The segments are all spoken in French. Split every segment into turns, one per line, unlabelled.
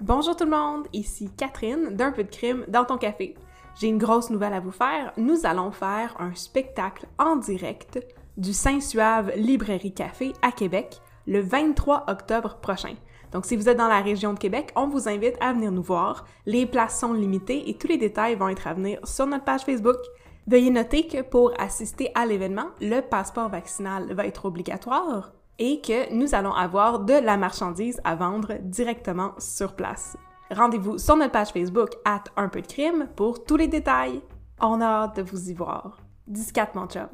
Bonjour tout le monde, ici Catherine d'un peu de crime dans ton café. J'ai une grosse nouvelle à vous faire. Nous allons faire un spectacle en direct du Saint-Suave Librairie Café à Québec le 23 octobre prochain. Donc si vous êtes dans la région de Québec, on vous invite à venir nous voir. Les places sont limitées et tous les détails vont être à venir sur notre page Facebook. Veuillez noter que pour assister à l'événement, le passeport vaccinal va être obligatoire et que nous allons avoir de la marchandise à vendre directement sur place. Rendez-vous sur notre page Facebook at un peu de crime pour tous les détails. On a hâte de vous y voir. Discate mon chum.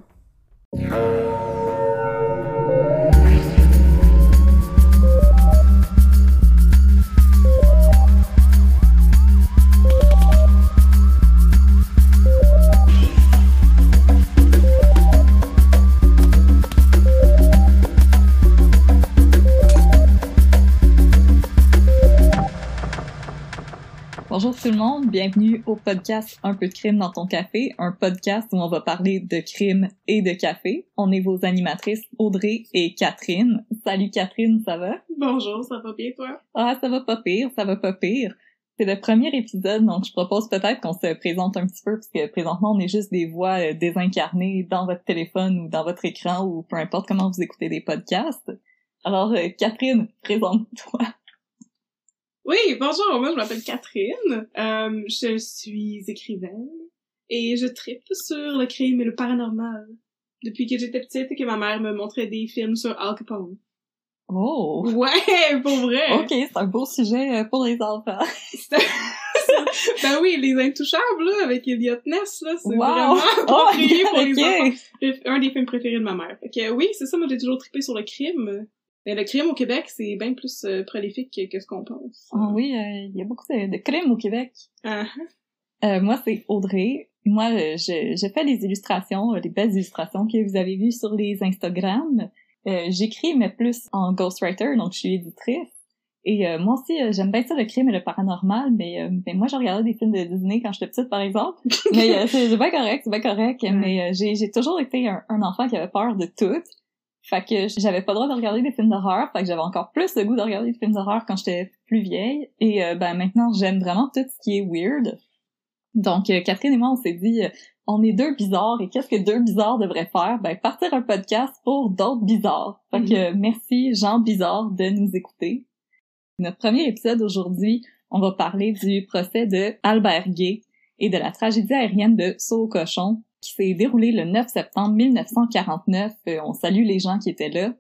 Bonjour tout le monde, bienvenue au podcast Un peu de crime dans ton café, un podcast où on va parler de crime et de café. On est vos animatrices Audrey et Catherine. Salut Catherine, ça va?
Bonjour, ça va bien toi?
Ah, ça va pas pire, ça va pas pire. C'est le premier épisode, donc je propose peut-être qu'on se présente un petit peu, parce que présentement on est juste des voix euh, désincarnées dans votre téléphone ou dans votre écran ou peu importe comment vous écoutez des podcasts. Alors euh, Catherine, présente-toi.
Oui, bonjour, moi je m'appelle Catherine, euh, je suis écrivaine et je tripe sur le crime et le paranormal depuis que j'étais petite et que ma mère me montrait des films sur Al Capone.
Oh!
Ouais, pour vrai!
Ok, c'est un beau sujet euh, pour les enfants.
Ben oui, Les Intouchables, là, avec Elliot Ness, là,
Wow.
c'est vraiment
Oh,
approprié pour les enfants.
ok.
Bref, Un des films préférés de ma mère. Fait que euh, oui, c'est ça, moi j'ai toujours trippé sur le crime. Mais le crime au Québec, c'est bien plus euh, prolifique que, que ce qu'on pense.
Ah oui, euh, il y a beaucoup de, de crimes au Québec.
Ah.
Euh, moi, c'est Audrey. Moi, euh, je, je fais les illustrations, euh, les belles illustrations que vous avez vues sur les Instagram. Euh, J'écris, mais plus en ghostwriter, donc je suis éditrice. Et euh, moi aussi, euh, j'aime bien ça le crime et le paranormal, mais, euh, mais moi, je regardais des films de Disney quand j'étais petite, par exemple. mais euh, c'est c'est bien correct, c'est bien correct.
Ouais.
Mais euh, j'ai j'ai toujours été un, un enfant qui avait peur de tout. Fait que j'avais pas le droit de regarder des films d'horreur, fait que j'avais encore plus le goût de regarder des films d'horreur quand j'étais plus vieille. Et euh, ben maintenant, j'aime vraiment tout ce qui est weird. Donc euh, Catherine et moi, on s'est dit, euh, on est deux bizarres et qu'est-ce que deux bizarres devraient faire Ben partir un podcast pour d'autres bizarres. Fait que euh, merci Jean Bizarre de nous écouter. Notre premier épisode aujourd'hui, on va parler du procès de Albert Gay et de la tragédie aérienne de Saut au cochon qui s'est déroulée le 9 septembre 1949. Euh, on salue les gens qui étaient là.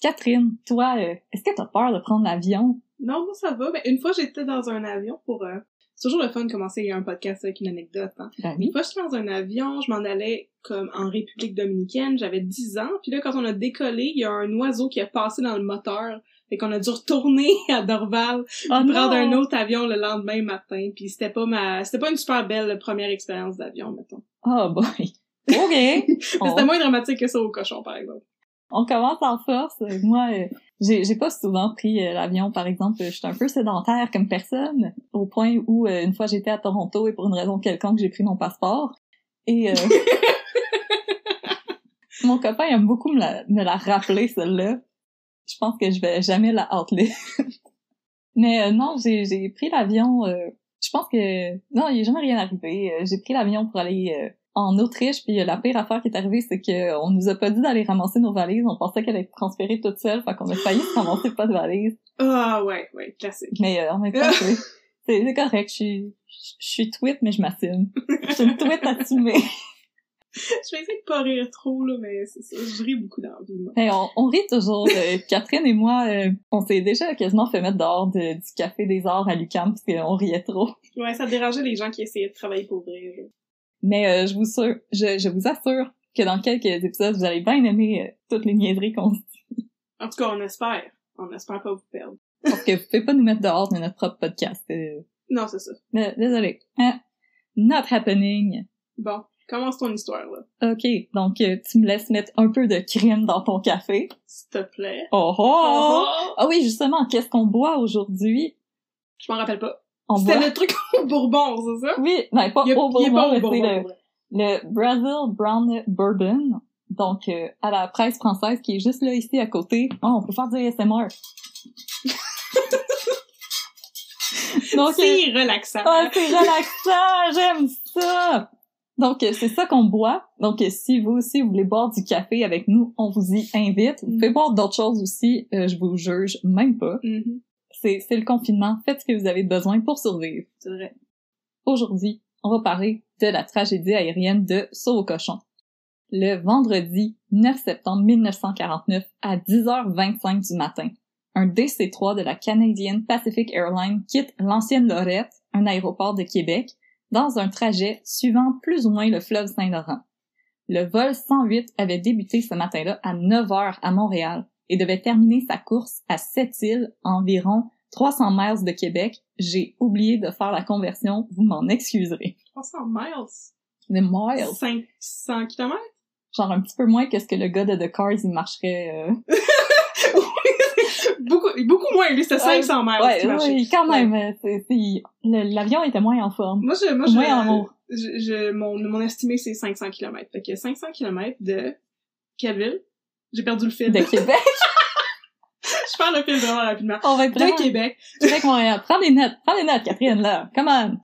Catherine, toi, euh, est-ce que t'as peur de prendre l'avion?
Non, moi ça va. Ben, une fois, j'étais dans un avion pour... euh, C'est toujours le fun de commencer un podcast avec une anecdote. Hein.
Ben
Une fois, j'étais dans un avion, je m'en allais comme en République dominicaine, j'avais 10 ans. Puis là, quand on a décollé, il y a un oiseau qui a passé dans le moteur. Fait qu'on a dû retourner à Dorval,
Oh
prendre
non!
un autre avion le lendemain matin. Puis c'était pas ma... C'était pas une super belle première expérience d'avion, mettons.
Oh boy. OK.
Mais
On-
C'était moins dramatique que ça au cochon, par exemple.
On commence en force. Euh, Moi, euh, j'ai j'ai pas souvent pris euh, l'avion, par exemple. Je suis un peu sédentaire comme personne, au point où euh, une fois j'étais à Toronto et pour une raison quelconque, j'ai pris mon passeport. Et euh, mon copain aime beaucoup me la, me la rappeler, celle-là. Je pense que je vais jamais la outler. Mais euh, non, j'ai j'ai pris l'avion. euh, je pense que non, il est jamais rien arrivé. Euh, J'ai pris l'avion pour aller euh, en Autriche, puis euh, la pire affaire qui est arrivée, c'est que euh, on nous a pas dit d'aller ramasser nos valises. On pensait qu'elle allait être transférée toute seule, fait qu'on a failli se ramasser pas de valises.
Ah ouais, ouais, classique.
Mais euh, en même temps, c'est c'est- c'est correct. Je suis, je suis tweet, mais je m'assume. Je suis une tweet assumée.
Je vais essayer de pas rire trop, là, mais c'est ça. Je ris beaucoup dans la vie, moi.
Hey, on, on rit toujours. euh, Catherine et moi, euh, on s'est déjà quasiment fait mettre dehors de- du Café des Arts à l'UQAM parce qu'on riait trop.
Ouais, ça dérangeait les gens qui essayaient de travailler pour vrai, là.
Mais euh, je, vous sûr, je, je vous assure que dans quelques épisodes, vous allez bien aimer euh, toutes les niaiseries qu'on se dit.
En tout cas, on espère. On espère pas vous perdre.
Parce que vous pouvez pas nous mettre dehors de notre propre podcast. euh.
Non, c'est ça.
Mais, désolé. Hein? Not happening.
Bon, commence ton histoire, là.
OK, donc euh, tu me laisses mettre un peu de crème dans ton café.
S'il te plaît.
Oh oh!
Oh,
Ah oui, justement, qu'est-ce qu'on boit aujourd'hui?
Je m'en rappelle pas.
On boit...
C'était le truc au Bourbon, c'est ça?
Oui, ben pas
Il, est-
au
il est
bourbon, mais
pas au
c'est
Bourbon.
le-
pour vrai.
le Brazil Brown Bourbon, donc euh, à la presse française qui est juste là ici à côté. Oh, on peut faire du ASMR. Donc, euh,
C'est relaxant.
ah, c'est relaxant, j'aime ça! Donc, euh, c'est ça qu'on boit. Donc, euh, si vous aussi, vous voulez boire du café avec nous, on vous y invite. Vous pouvez boire d'autres choses aussi, euh, je vous juge même pas.
Mhm,
C'est c'est le confinement, faites ce que vous avez besoin pour survivre.
c'est vrai.
Aujourd'hui, on va parler de la tragédie aérienne de Sauve au cochon. Le vendredi 9 septembre 1949 à 10h25 du matin, un DC-3 de la Canadian Pacific Airlines quitte l'ancienne Lorette, un aéroport de Québec, dans un trajet suivant plus ou moins le fleuve Saint-Laurent. Le vol 108 avait débuté ce matin-là à 9h à Montréal et devait terminer sa course à Sept-Îles, environ 300 miles de Québec. J'ai oublié de faire la conversion, vous m'en excuserez.
300 miles.
Des miles,
500 kilomètres?
genre un petit peu moins que ce que le gars de The Cars, il marcherait... euh,
beaucoup, beaucoup moins, lui, c'était 500 miles
Ouais,
qui marchait.
Ah oui, quand même. euh, c'est- c'est- le- L'avion était moins en forme.
Moi, je, moi,
Moins en
je,
amour.
je, je- mon, mon estimé, c'est 500 kilomètres. Fait que 500 kilomètres de quelle ville? J'ai perdu le fil.
De Québec.
je perds le fil vraiment rapidement.
On va être vraiment
De Québec.
Québec, Montréal. hein? Prends des notes, prends des notes, Catherine, là. Come on.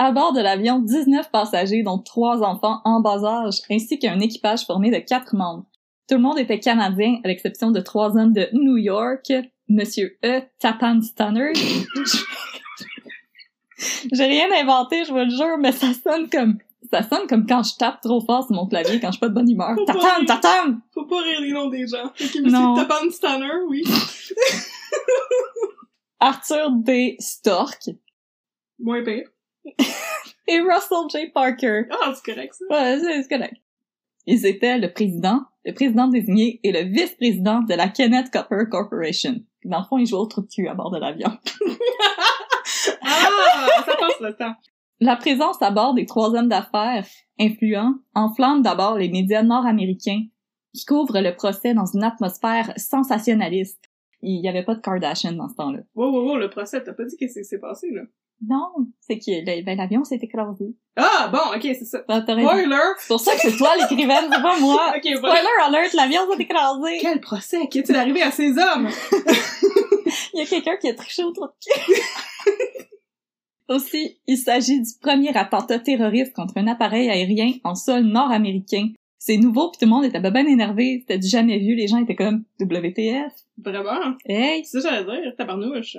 À bord de l'avion, 19 passagers, dont trois enfants en bas âge, ainsi qu'un équipage formé de quatre membres. Tout le monde était canadien, à l'exception de trois hommes de New York, Monsieur E. Tapan Stanner. J'ai rien inventé, je vous le jure, mais ça sonne comme, ça sonne comme quand je tape trop fort sur mon clavier, quand je suis pas de bonne humeur. Tatam, tatam!
Faut pas rire les noms des gens. Ok,
Non.
monsieur Tapan Stanner, oui.
Arthur D. Stork
Moins pire.
et Russell J. Parker.
Ah, c'est correct, ça.
Ouais, c'est c'est correct. Ils étaient le président, le président désigné et le vice-président de la Kenneth Copper Corporation. Dans le fond, ils jouaient au trou de cul à bord de l'avion.
Ah, ça passe le temps.
La présence à bord des trois hommes d'affaires influents enflamme d'abord les médias nord-américains qui couvrent le procès dans une atmosphère sensationnaliste. Il n'y avait pas de Kardashian dans ce temps-là.
Wow, wow, wow, le procès, t'as pas dit qu'est-ce qui s'est passé, là.
Non, c'est que le- ben, l'avion s'est écrasé.
Ah, bon, ok, c'est ça.
Ah, t'aurais dit.
Spoiler!
C'est pour ça que c'est toi l'écrivaine, c'est pas moi.
Ok, voilà.
Spoiler alert, l'avion s'est écrasé.
Quel procès? Qu'est-il arrivé à ces hommes?
Il y a quelqu'un qui a triché au trou de cul. Aussi, il s'agit du premier attentat terroriste contre un appareil aérien en sol nord-américain. C'est nouveau, puis tout le monde était ben énervé, c'était du jamais vu, les gens étaient comme « WTF?
Vraiment?
Hey!
C'est ça, que j'allais dire, tabarnouche. »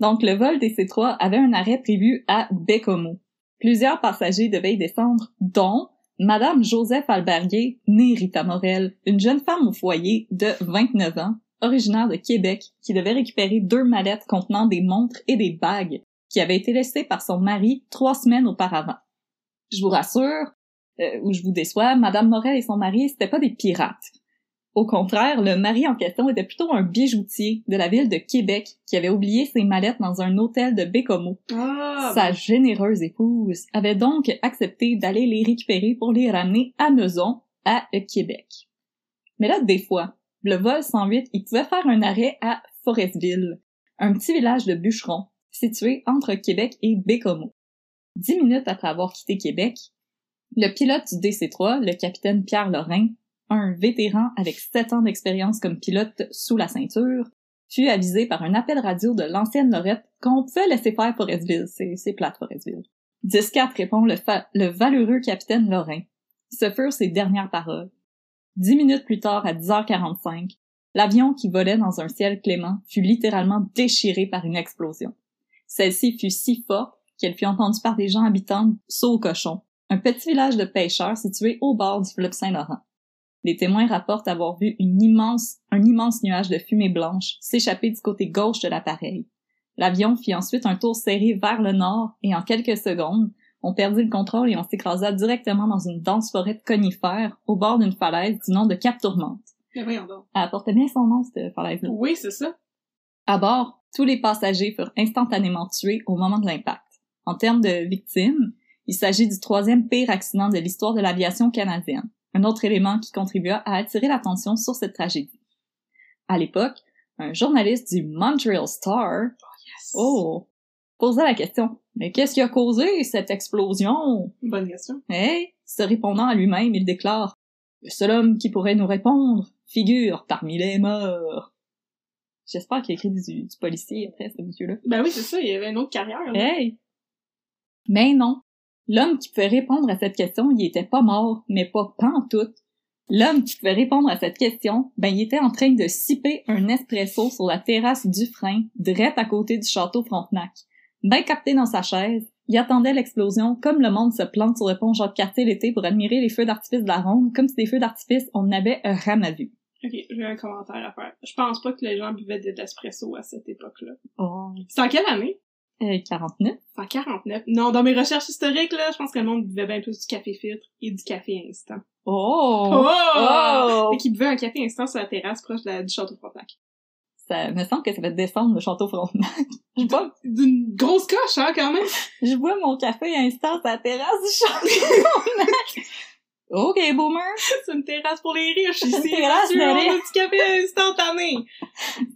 Donc, le vol des C-3 avait un arrêt prévu à Bécomo. Plusieurs passagers devaient y descendre, dont Madame Joseph Albarier, née Rita Morel, une jeune femme au foyer de 29 ans, originaire de Québec, qui devait récupérer deux mallettes contenant des montres et des bagues qui avaient été laissées par son mari trois semaines auparavant. Je vous rassure, euh, ou je vous déçois, Madame Morel et son mari, c'était pas des pirates. Au contraire, le mari en question était plutôt un bijoutier de la ville de Québec qui avait oublié ses mallettes dans un hôtel de Bécomo.
Ah,
Sa généreuse épouse avait donc accepté d'aller les récupérer pour les ramener à Meson, à Québec. Mais là, des fois, le vol 108, il pouvait faire un arrêt à Forestville, un petit village de bûcherons situé entre Québec et Bécomo. Dix minutes après avoir quitté Québec, le pilote du DC-3, le capitaine Pierre Lorrain, un vétéran avec sept ans d'expérience comme pilote sous la ceinture, fut avisé par un appel radio de l'ancienne Lorette qu'on pouvait laisser faire Forestville. C'est, c'est plate, Forestville. 10-4 répond le, fa- le valeureux capitaine Lorrain. Ce furent ses dernières paroles. Dix minutes plus tard, à 10h45, l'avion qui volait dans un ciel clément fut littéralement déchiré par une explosion. Celle-ci fut si forte qu'elle fut entendue par des gens habitants de Saut au Cochon, un petit village de pêcheurs situé au bord du fleuve Saint-Laurent. Les témoins rapportent avoir vu une immense, un immense nuage de fumée blanche s'échapper du côté gauche de l'appareil. L'avion fit ensuite un tour serré vers le nord et en quelques secondes, on perdit le contrôle et on s'écrasa directement dans une dense forêt de conifères au bord d'une falaise du nom de Cap Tourmente. Ah,
mais ben, voyons donc.
Elle portait bien son nom, cette falaise-là.
Oui, c'est ça.
À bord, tous les passagers furent instantanément tués au moment de l'impact. En termes de victimes, il s'agit du troisième pire accident de l'histoire de l'aviation canadienne, un autre élément qui contribua à attirer l'attention sur cette tragédie. À l'époque, un journaliste du Montreal Star
Yes.
oh, posa la question Mais qu'est-ce qui a causé cette explosion
Bonne question.
et, se répondant à lui-même, il déclare Le seul homme qui pourrait nous répondre figure parmi les morts. J'espère qu'il a écrit du, du policier après, ce monsieur-là.
Ben oui, c'est ça, il y avait une autre carrière. là.
Hey! Mais non. L'homme qui pouvait répondre à cette question, il était pas mort, mais pas pantoute. L'homme qui pouvait répondre à cette question, ben, il était en train de siper un espresso sur la terrasse du frein, direct à côté du château Frontenac. Ben capté dans sa chaise, il attendait l'explosion comme le monde se plante sur le pont Jacques-Cartier l'été pour admirer les feux d'artifice de la ronde, comme si des feux d'artifice, on en avait un rame à vue.
Ok, j'ai un commentaire à faire. Je pense pas que les gens buvaient de l'espresso à cette époque-là.
Oh.
C'est en quelle année?
Euh, 49.
C'est en 49. Non, dans mes recherches historiques, là, je pense que le monde buvait bien plus du café filtre et du café instant.
Oh!
Et qui buvait un café instant sur la terrasse proche de la- du château Frontenac.
Ça me semble que ça va descendre le château Frontenac. Je bois
D'une grosse coche, hein, quand même!
Je bois mon café instant à la terrasse du château. ok, boomer.
C'est une terrasse pour les riches ici!
Une terrasse
monsieur,
de
on a
riches.
du café instantané!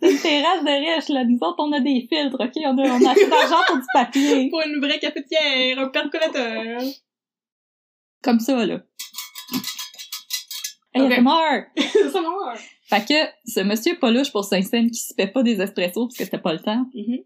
C'est une terrasse de riche, là. Nous autres, on a des filtres, ok? On a, on a assez d'argent pour du papier.
Pour une vraie cafetière, un percolateur!
Comme ça, là. Hey,
Ok.
elle meurt!
ça va!
Fait que ce monsieur Poluche pour Saint-Saëns qui sipait pas des espressos parce que c'était pas le temps,
Mhm.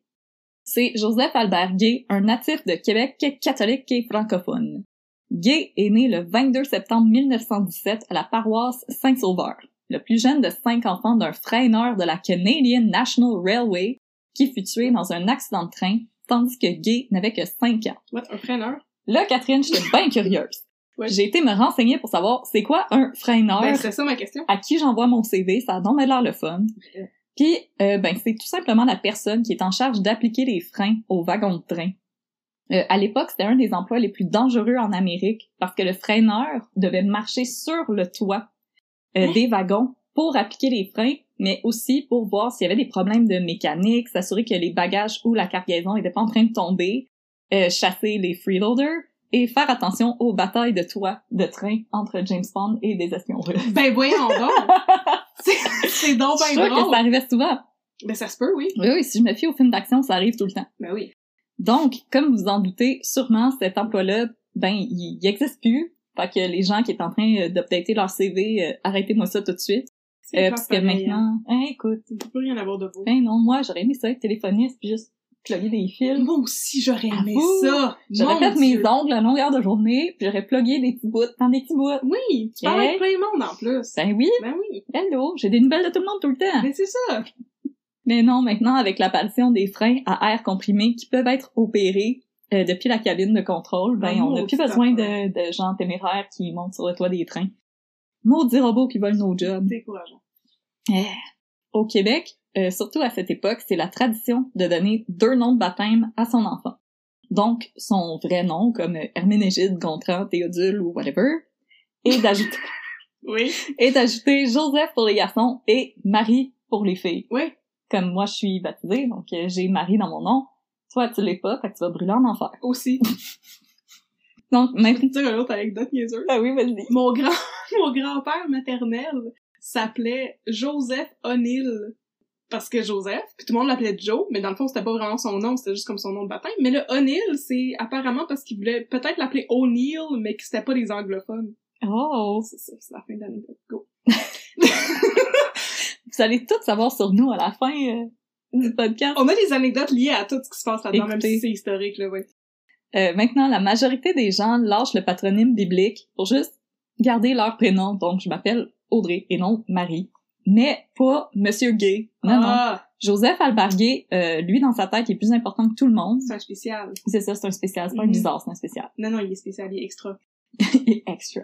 c'est Joseph Albert Gay, un natif de Québec qui est catholique et francophone. Gay est né le 22 septembre 1917 à la paroisse Saint-Sauveur, le plus jeune de cinq enfants d'un freineur de la Canadian National Railway qui fut tué dans un accident de train, tandis que Gay n'avait que cinq ans.
What, un freineur?
Là, Catherine, j'étais bien curieuse.
Ouais.
J'ai été me renseigner pour savoir c'est quoi un freineur
Ben, c'est ça ma question.
à qui j'envoie mon CV, ça a donc bien l'air le fun. Puis, euh, ben, c'est tout simplement la personne qui est en charge d'appliquer les freins aux wagons de train. Euh, à l'époque, c'était un des emplois les plus dangereux en Amérique parce que le freineur devait marcher sur le toit euh, des wagons pour appliquer les freins, mais aussi pour voir s'il y avait des problèmes de mécanique, s'assurer que les bagages ou la cargaison n'étaient pas en train de tomber, euh, chasser les freeloaders et faire attention aux batailles de toit de train entre James Bond et des espions russes.
Ben voyons donc! C'est- c'est donc
Je suis
ben
sûre que
drôle!
ça arrivait souvent.
Ben ça se peut, oui.
Oui, oui, si je me fie au film d'action, ça arrive tout le temps.
Ben oui.
Donc, comme vous en doutez, sûrement cet emploi-là, ben, il il existe plus. Fait que les gens qui sont en train euh, d'updater leur CV, euh, arrêtez-moi ça tout de suite.
C'est
Euh,
pas
parce que
pareil, hein.
maintenant, hein, écoute,
Ça ne peut rien avoir de beau.
ben non, moi, j'aurais aimé ça être téléphoniste, puis juste plugger des fils.
Moi aussi, j'aurais aimé
Avoue,
ça!
J'aurais
Mon
fait
Dieu.
mes ongles à longueur de journée, puis j'aurais plugué des petits bouts dans des petits bouts.
Oui, tu parles
Hey.
avec plein de monde en plus.
Ben oui,
Ben oui,
hello, j'ai des nouvelles de tout le monde tout le temps.
mais c'est ça.
Mais non, maintenant, avec l'apparition des freins à air comprimé qui peuvent être opérés euh, depuis la cabine de contrôle, ben,
Un
on n'a
maudit
plus besoin de,
affaire.
de gens téméraires qui montent sur le toit des trains. Maudits robots qui volent nos jobs.
Décourageant.
Eh. Au Québec, euh, surtout à cette époque, c'est la tradition de donner deux noms de baptême à son enfant. Donc, son vrai nom, comme euh, Herménégide, Gontran, Théodule ou whatever, et d'ajouter,
Oui,
et d'ajouter Joseph pour les garçons et Marie pour les filles
oui.
comme moi je suis baptisée, donc euh, j'ai Marie dans mon nom. Toi, tu l'es pas, fait que tu vas brûler en enfer.
Aussi.
Donc,
Je vais
maintenant...
te dire une autre anecdote niaiseuse.
Ah oui, vas-y.
Mon grand, mon grand-père maternel s'appelait Joseph O'Neill. Parce que Joseph, puis tout le monde l'appelait Joe, mais dans le fond, c'était pas vraiment son nom, c'était juste comme son nom de baptême. Mais le O'Neill, c'est apparemment parce qu'il voulait peut-être l'appeler O'Neill, mais que c'était pas les anglophones.
Oh!
C'est ça, c'est la fin de l'anecdote. Go.
Vous allez tout savoir sur nous à la fin euh, du podcast.
On a des anecdotes liées à tout ce qui se passe là-dedans, même
Écoutez.
si c'est historique, là, ouais.
Euh, maintenant, la majorité des gens lâchent le patronyme biblique pour juste garder leur prénom. Donc, je m'appelle Audrey et non Marie. Mais pas Monsieur Gay. Non, non.
ah,
Joseph Albert Gay, euh, lui, dans sa tête, est plus important que tout le monde.
c'est un spécial.
C'est ça, c'est un spécial. C'est pas un
Mhm.
bizarre, c'est un spécial.
Non, non, il est spécial, il est extra.
il est extra.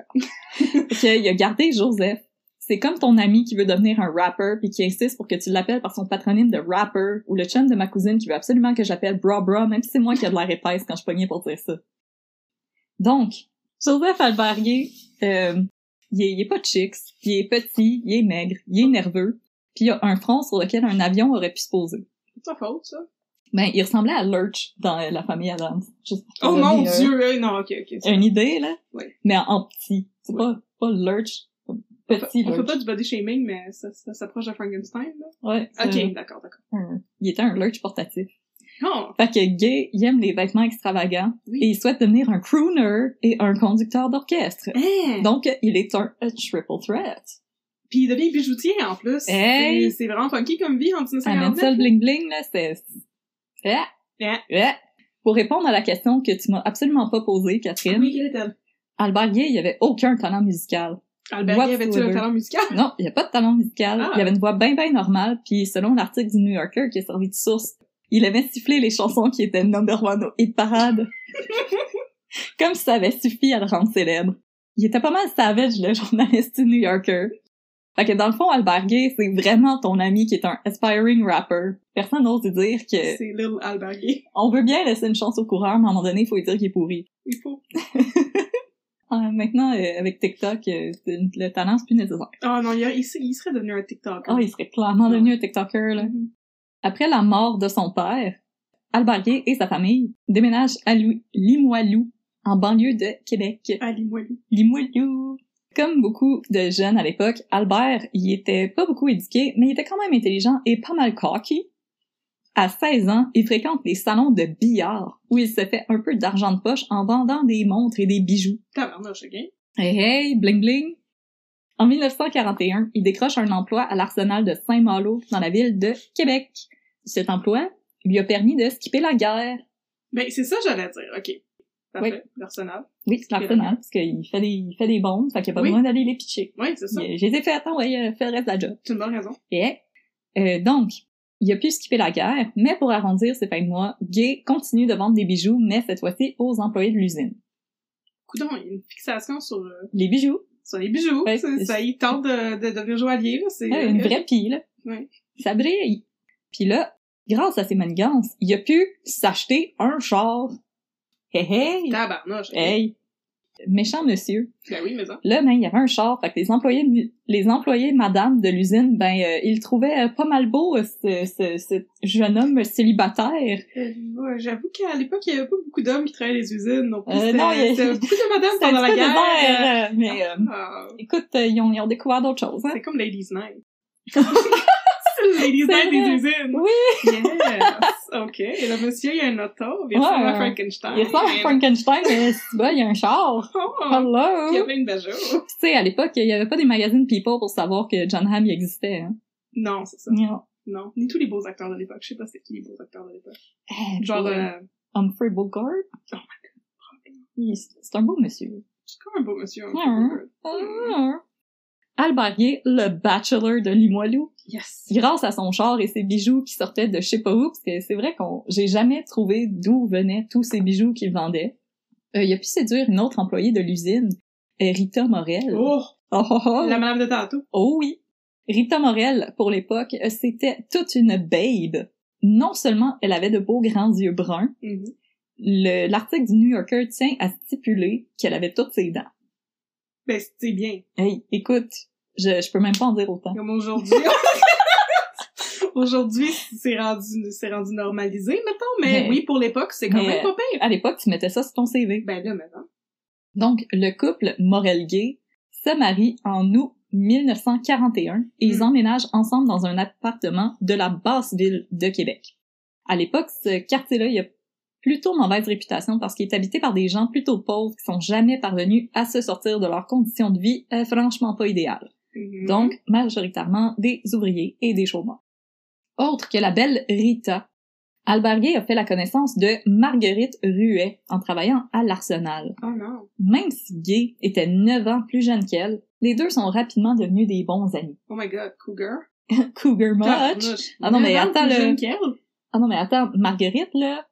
qu'il a gardé Joseph. C'est comme ton ami qui veut devenir un rapper puis qui insiste pour que tu l'appelles par son patronyme de rapper ou le chum de ma cousine qui veut absolument que j'appelle bra bra même si c'est moi qui a de l'air épaisse quand je pognais pour dire ça. Donc, Joseph Albarier, euh, il, est, il est pas chics, il est petit, il est maigre, il est nerveux, puis il a un front sur lequel un avion aurait pu se poser.
C'est pas faute, ça.
Ben, il ressemblait à Lurch dans euh, La famille Adams. Juste pour
Oh
te
mon
donner, euh,
dieu! euh, non, ok, ok. c'est-
une idée, là.
Oui.
Mais en, en petit. C'est
Oui.
pas, pas lurch. comme Petit
On fait
lurch.
pas du body shaming, mais ça, ça s'approche de Frankenstein, là.
Ouais, c'est
Ok, d'accord, d'accord.
un- il était un lurch portatif.
Non! hein?
Fait que Gay, il aime les vêtements extravagants
Oui.
et il souhaite devenir un crooner et un conducteur d'orchestre.
Hein?
Donc, il est un a triple threat.
Puis il devient bijoutier en plus.
Hey!
C'est c'est vraiment funky comme vie en
Amène ça
1959.
le bling-bling, là, c'est... Ah!
Ah.
Ah! Pour répondre à la question que tu m'as absolument pas posée, Catherine,
Oui, quel était
Albert Guy, il avait aucun talent musical.
Albert
What's
Guy avait-tu
the
un
word?
talent musical?
Non, il n'y a pas de talent musical.
Ah.
Il avait une voix bien, bien normale. Puis selon l'article du New Yorker qui a servi de source, il avait sifflé les chansons qui étaient number one au hit parade. Comme si ça avait suffi à le rendre célèbre. Il était pas mal savage, le journaliste du New Yorker. Fait que dans le fond, Albert Gay, c'est vraiment ton ami qui est un aspiring rapper. Personne n'ose lui dire que
C'est Lil Albert Guy.
on veut bien laisser une chance au coureur, mais à un moment donné, il faut lui dire qu'il est pourri.
Il faut.
Ah, maintenant, euh, avec TikTok, euh, c'est- le talent, c'est plus nécessaire.
Oh non, il, y a- il s- il serait devenu un TikTok.
Ah, il serait clairement devenu un TikToker, là. Après la mort de son père, Albert Guay et sa famille déménagent à Lou- Limoilou, en banlieue de Québec.
Ali Moilou.
Limoilou! Comme beaucoup de jeunes à l'époque, Albert, il était pas beaucoup éduqué, mais il était quand même intelligent et pas mal cocky. À 16 ans, il fréquente les salons de billard, où il se fait un peu d'argent de poche en vendant des montres et des bijoux.
Tabarnouche, ok?
Hey hey, bling bling! En 1941, il décroche un emploi à l'arsenal de Saint-Malo, dans la ville de Québec. Cet emploi lui a permis de skipper la guerre.
Ben, c'est ça, que j'allais dire, ok. Parfait. L'arsenal.
Oui, c'est l'arsenal, parce qu'il fait des, il fait des bombes, fait qu'il n'y a pas
Oui.
besoin d'aller les pitcher.
Oui, c'est ça.
Il- Je les ai fait, attends, ouais, euh, fais le reste de la job.
C'est une bonne raison.
Et, euh, donc, il a pu skipper la guerre, mais pour arrondir ses fins de mois, Gay continue de vendre des bijoux, mais cette fois-ci aux employés de l'usine.
Coudon, il y a une fixation sur, euh,
Les bijoux,
sur les bijoux.
Ouais,
ça,
c'est-
ça, il tente de, de devenir joaillier, là. C'est,
Ouais, Ah, une vraie pile.
Ouais.
Ça brille. Puis là, grâce à ses manigances, il a pu s'acheter un char. Hey, hey!
euh, Tabarnouche. ok.
Hey! Méchant monsieur.
Ben oui, mais ça.
Là, ben, il y avait un char. Fait que les employés, de- les employés madame de l'usine, ben, euh, ils le trouvaient euh, pas mal beau, euh, ce, ce, ce jeune homme célibataire.
Euh, ouais, J'avoue qu'à l'époque, il y avait pas beaucoup d'hommes qui travaillaient les usines. Donc,
Euh, non, il y a-
c'était beaucoup de madames
C'était un
pendant
petit peu
la
désert,
guerre.
euh, mais, euh,
Ah,
écoute, euh, ils, ont, ils ont découvert d'autres choses, hein.
C'est comme Ladies Night. c'est le Ladies
C'est
Night des
vrai.
usines.
Oui!
Yes! OK. Et le monsieur, il y a un auto. Il ressemble
Ouais.
à Frankenstein.
Il ressemble à Frankenstein, mais c'est bon, il y a un char.
Oh,
Hello!
il y avait une Peugeot.
Puis, tu sais, à l'époque, il y avait pas des magazines People pour savoir que John Hamm y existait. Hein.
Non, c'est ça.
Non.
Non. Ni tous les beaux acteurs de l'époque. Je sais pas c'était qui les beaux acteurs de l'époque.
Eh,
Genre,
Genre
euh,
Humphrey Bogart.
Oh my
Il- C'est un beau monsieur.
c'est comme un beau monsieur. un
Ouais. hein.
peu. Mm-hmm.
Ah. Albert Guay, le bachelor de Limoilou,
Yes!
grâce à son char et ses bijoux qui sortaient de je sais pas où, parce que c'est vrai qu'on j'ai jamais trouvé d'où venaient tous ces bijoux qu'il vendait. Euh, il a pu séduire une autre employée de l'usine, euh, Rita Morel.
Oh!
Oh, oh, oh.
La madame de tantôt.
Oh oui! Rita Morel, pour l'époque, euh, c'était toute une babe. Non seulement elle avait de beaux grands yeux bruns, le- l'article du New Yorker tient à stipuler qu'elle avait toutes ses dents.
Ben, c'est bien.
Hey, écoute, je, je peux même pas en dire autant.
Comme aujourd'hui. aujourd'hui, c'est rendu, c'est rendu normalisé, mettons, mais,
Mais-
oui, pour l'époque, c'est quand
mais-
même pas pire.
À l'époque, tu mettais ça sur ton CV.
Ben là, maintenant.
Donc, le couple Morel-Gay se marie en août 1941 et ils
Mm.
emménagent ensemble dans un appartement de la basse ville de Québec. À l'époque, ce quartier-là, il a plutôt mauvaise réputation parce qu'il est habité par des gens plutôt pauvres qui sont jamais parvenus à se sortir de leurs conditions de vie euh, franchement pas idéales.
Mhm.
Donc, majoritairement des ouvriers et des chômeurs. Autre que la belle Rita, Albert Gay a fait la connaissance de Marguerite Ruet en travaillant à l'Arsenal.
Oh non.
Même si Gay était 9 ans plus jeune qu'elle, les deux sont rapidement devenus des bons amis.
Oh my god, Cougar.
Cougar Much!
Tabarnouche.
Ah non, mais
Neuf ans
attends,
plus
le-
jeune qu'elle.
Ah non, mais attends, Marguerite, là,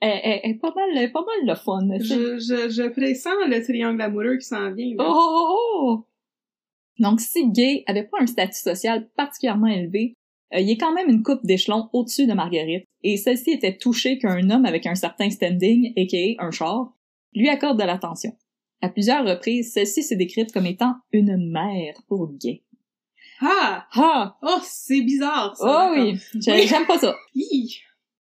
elle, elle- elle est pas mal, elle est pas mal le fun, là, tu sais.
Je, je, je pressens le triangle amoureux qui s'en vient.
Oh,
là.
oh, oh, oh! Donc, si Gay avait pas un statut social particulièrement élevé, euh, il est quand même une coupe d'échelon au-dessus de Marguerite, et celle-ci était touchée qu'un homme avec un certain standing, a.k.a. un char, lui accorde de l'attention. À plusieurs reprises, celle-ci s'est décrite comme étant une mère pour Gay.
Ah!
Ah!
Oh, c'est bizarre, ça.
Oh
d'accord.
oui! J'ai-
Oui.
J'aime pas ça.
Hi.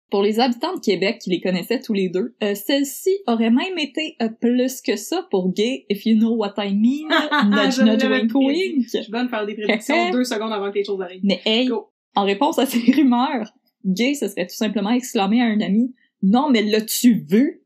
Pour les habitants de Québec qui les connaissaient tous les deux, euh, celle-ci aurait même été euh, plus que ça pour gay, if you know what I mean, nudge
Ah, Je
nudge
l'avais
wink
prédit.
wink.
Je suis bonne à faire des prédictions deux secondes avant que les choses arrivent.
Mais hey,
Go.
en réponse à ces rumeurs, gay se serait tout simplement exclamé à un ami, non mais l'as-tu vu?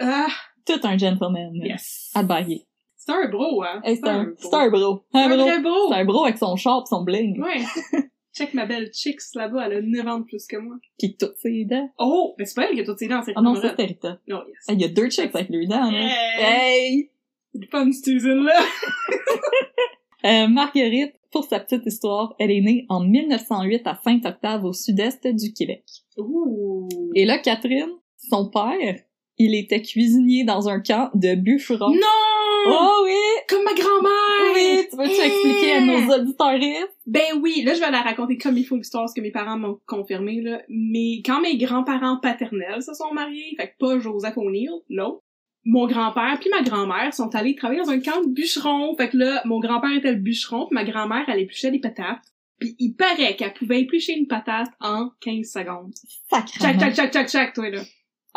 Ah!
Tout un gentleman.
Yes!
Albert Gay.
C'est un bro, hein?
Ah. Hey, c'est un, c'est un bro. Un
C'est un
bro.
vrai bro!
C'est un bro avec son char pis son bling.
Ouais. Check ma belle Chicks là-bas, elle a 9 ans de plus que moi.
Pis toutes ses dents.
Oh! Mais c'est pas elle qui a toutes ses dents, c'est
Ah non, ça,
Rita
c'était Rita.
Morel. Non, yes. Eh!
Hey, Il y a deux chicks avec deux dents, là.
Hey!
Hey!
C'est fun, cette usine-là!
Euh, Marguerite, pour sa petite histoire, elle est née en 1908 à Sainte-Octave, au sud-est du Québec.
Ouh!
Et là, Catherine, son père, il était cuisinier dans un camp de bûcherons.
Mmh! Non!
Oh oui!
Comme ma grand-mère!
Oui! Tu veux-tu
Eh!
expliquer à nos auditeurs?
Ben oui, là je vais la raconter comme il faut l'histoire, ce que mes parents m'ont confirmé là. Mais quand mes grands-parents paternels se sont mariés, fait que pas Joseph O'Neill, l'autre, mon grand-père puis ma grand-mère sont allés travailler dans un camp de bûcherons. Fait que là, mon grand-père était le bûcheron, puis ma grand-mère elle épluchait des patates. Puis il paraît qu'elle pouvait éplucher une patate en 15 secondes. Chac,
Sacrément!
chac, chac, chac, chac, toi là.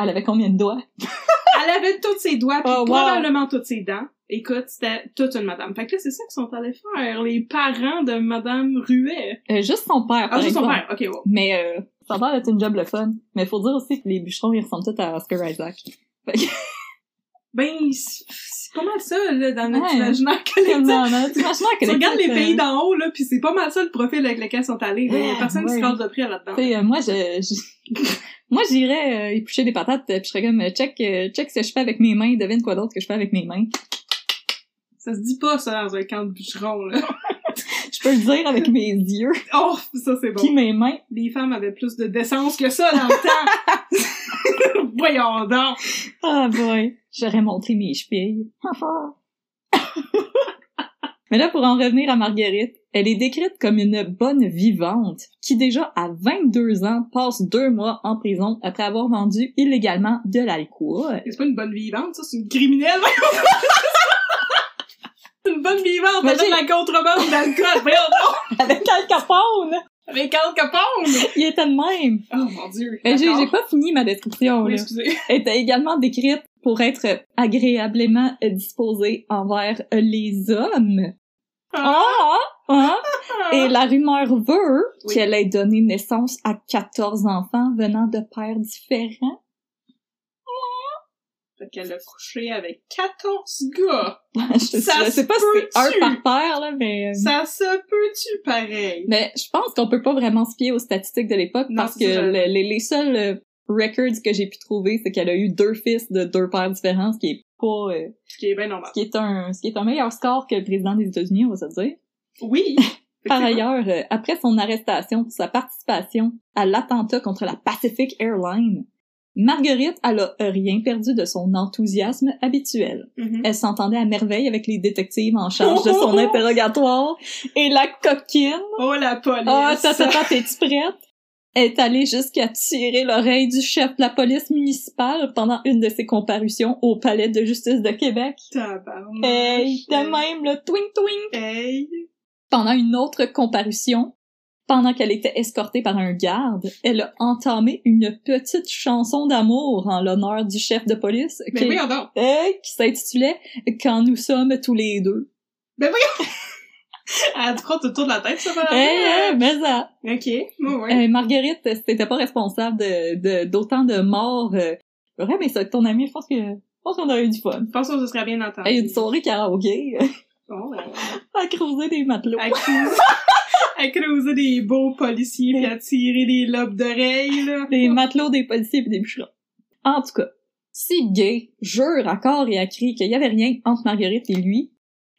Elle avait combien de doigts?
Elle avait tous ses doigts, puis
Oh, wow.
probablement toutes ses dents. Écoute, c'était toute une madame. Fait que là, c'est ça qu'ils sont allés faire, les parents de madame Ruet.
Euh, juste son père, par
Ah, juste son
exemple.
père, ok, wow.
Mais euh, ça a l'air d'être une job le fun. Mais faut dire aussi que les bûcherons, ils ressemblent tous à Oscar Isaac.
Ben, c'est c'est pas mal ça, là, dans notre
Ouais.
imaginaire collectif.
Tellement, là. T'imagines que
Tu regardes les
euh,
pays d'en haut, là, pis c'est pas mal ça le profil avec lequel ils sont allés. là. Il y a
Ah,
personne qui
ouais.
se parle de prix là-dedans.
tu sais, euh, moi, je... je- moi, j'irais euh, éplucher des patates, euh, puis je serais comme, euh, check, euh, check ce que je fais avec mes mains, devine quoi d'autre que je fais avec mes mains.
Ça se dit pas, ça, dans un camp de bûcherons, là.
Je peux le dire avec mes yeux,
Oh, ça, c'est
puis
bon.
mes mains.
Les femmes avaient plus de décence que ça dans le temps. Voyons donc.
Ah boy, j'aurais montré mes chevilles. Mais là, pour en revenir à Marguerite, elle est décrite comme une bonne vivante qui déjà à 22 ans passe deux mois en prison après avoir vendu illégalement de l'alcool.
C'est pas une bonne vivante, ça, c'est une criminelle. C'est une bonne vivante, elle
Imagine-
fait de la contrebande d'alcool. Voyons donc.
Avec Al Capone!
Avec Al Capone.
Il était de même!
Oh, mon Dieu.
Mais Eh, j'ai j'ai
D'accord.
pas fini ma description.
Oui,
là.
excusez.
Elle était également décrite pour être agréablement disposée envers les hommes. Ah! ah. Et la rumeur veut
Oui.
qu'elle ait donné naissance à 14 enfants venant de pères différents.
Fait qu'elle a couché avec 14 gars.
je,
Ça
je sais pas si c'est
se peut-tu?
un par père, là, mais... euh,
Ça se peut-tu pareil?
Mais je pense qu'on peut pas vraiment se fier aux statistiques de l'époque
Non,
parce que
c'est ça, j'allais
le- les, les seuls euh, records que j'ai pu trouver, c'est qu'elle a eu deux fils de deux pères différents, ce qui est pas... euh,
Ce qui est bien normal.
ce qui est un ce qui est un meilleur score que le président des États-Unis, on va se le dire.
Oui!
Par ailleurs, euh, après son arrestation pour sa participation à l'attentat contre la Pacific Airlines, Marguerite, elle a rien perdu de son enthousiasme habituel.
Mhm.
Elle s'entendait à merveille avec les détectives en charge de son
Oh!
interrogatoire et la coquine.
Oh la police!
Ah, ça, ça, ça, t'es-tu prête? Est allée jusqu'à tirer l'oreille du chef de la police municipale pendant une de ses comparutions au palais de justice de Québec.
Tabarnak.
Hey, de même, le twing twing!
Hey!
Pendant une autre comparution, pendant qu'elle était escortée par un garde, elle a entamé une petite chanson d'amour en l'honneur du chef de police
Mais
qui,
voyons donc!
Eh, qui s'intitulait Quand nous sommes tous les deux.
Elle te frotte autour de la tête, ça, par
Eh, eh, mais ça.
Ok, moi, ouais.
Eh, Marguerite, c'était pas responsable de de- d'autant de, morts. euh. Ouais, mais ça, ton ami, je pense que je pense qu'on aurait eu du fun.
Je pense que ce serait bien entendu.
Eh, une soirée karaoké
Bon, ben,
à creuser des matelots.
à cruiser- à creuser des beaux policiers pis à tirer des lobes d'oreilles, là.
des matelots, des policiers et des bûcherons. En tout cas, si Gay jure à corps et à cri qu'il y avait rien entre Marguerite et lui,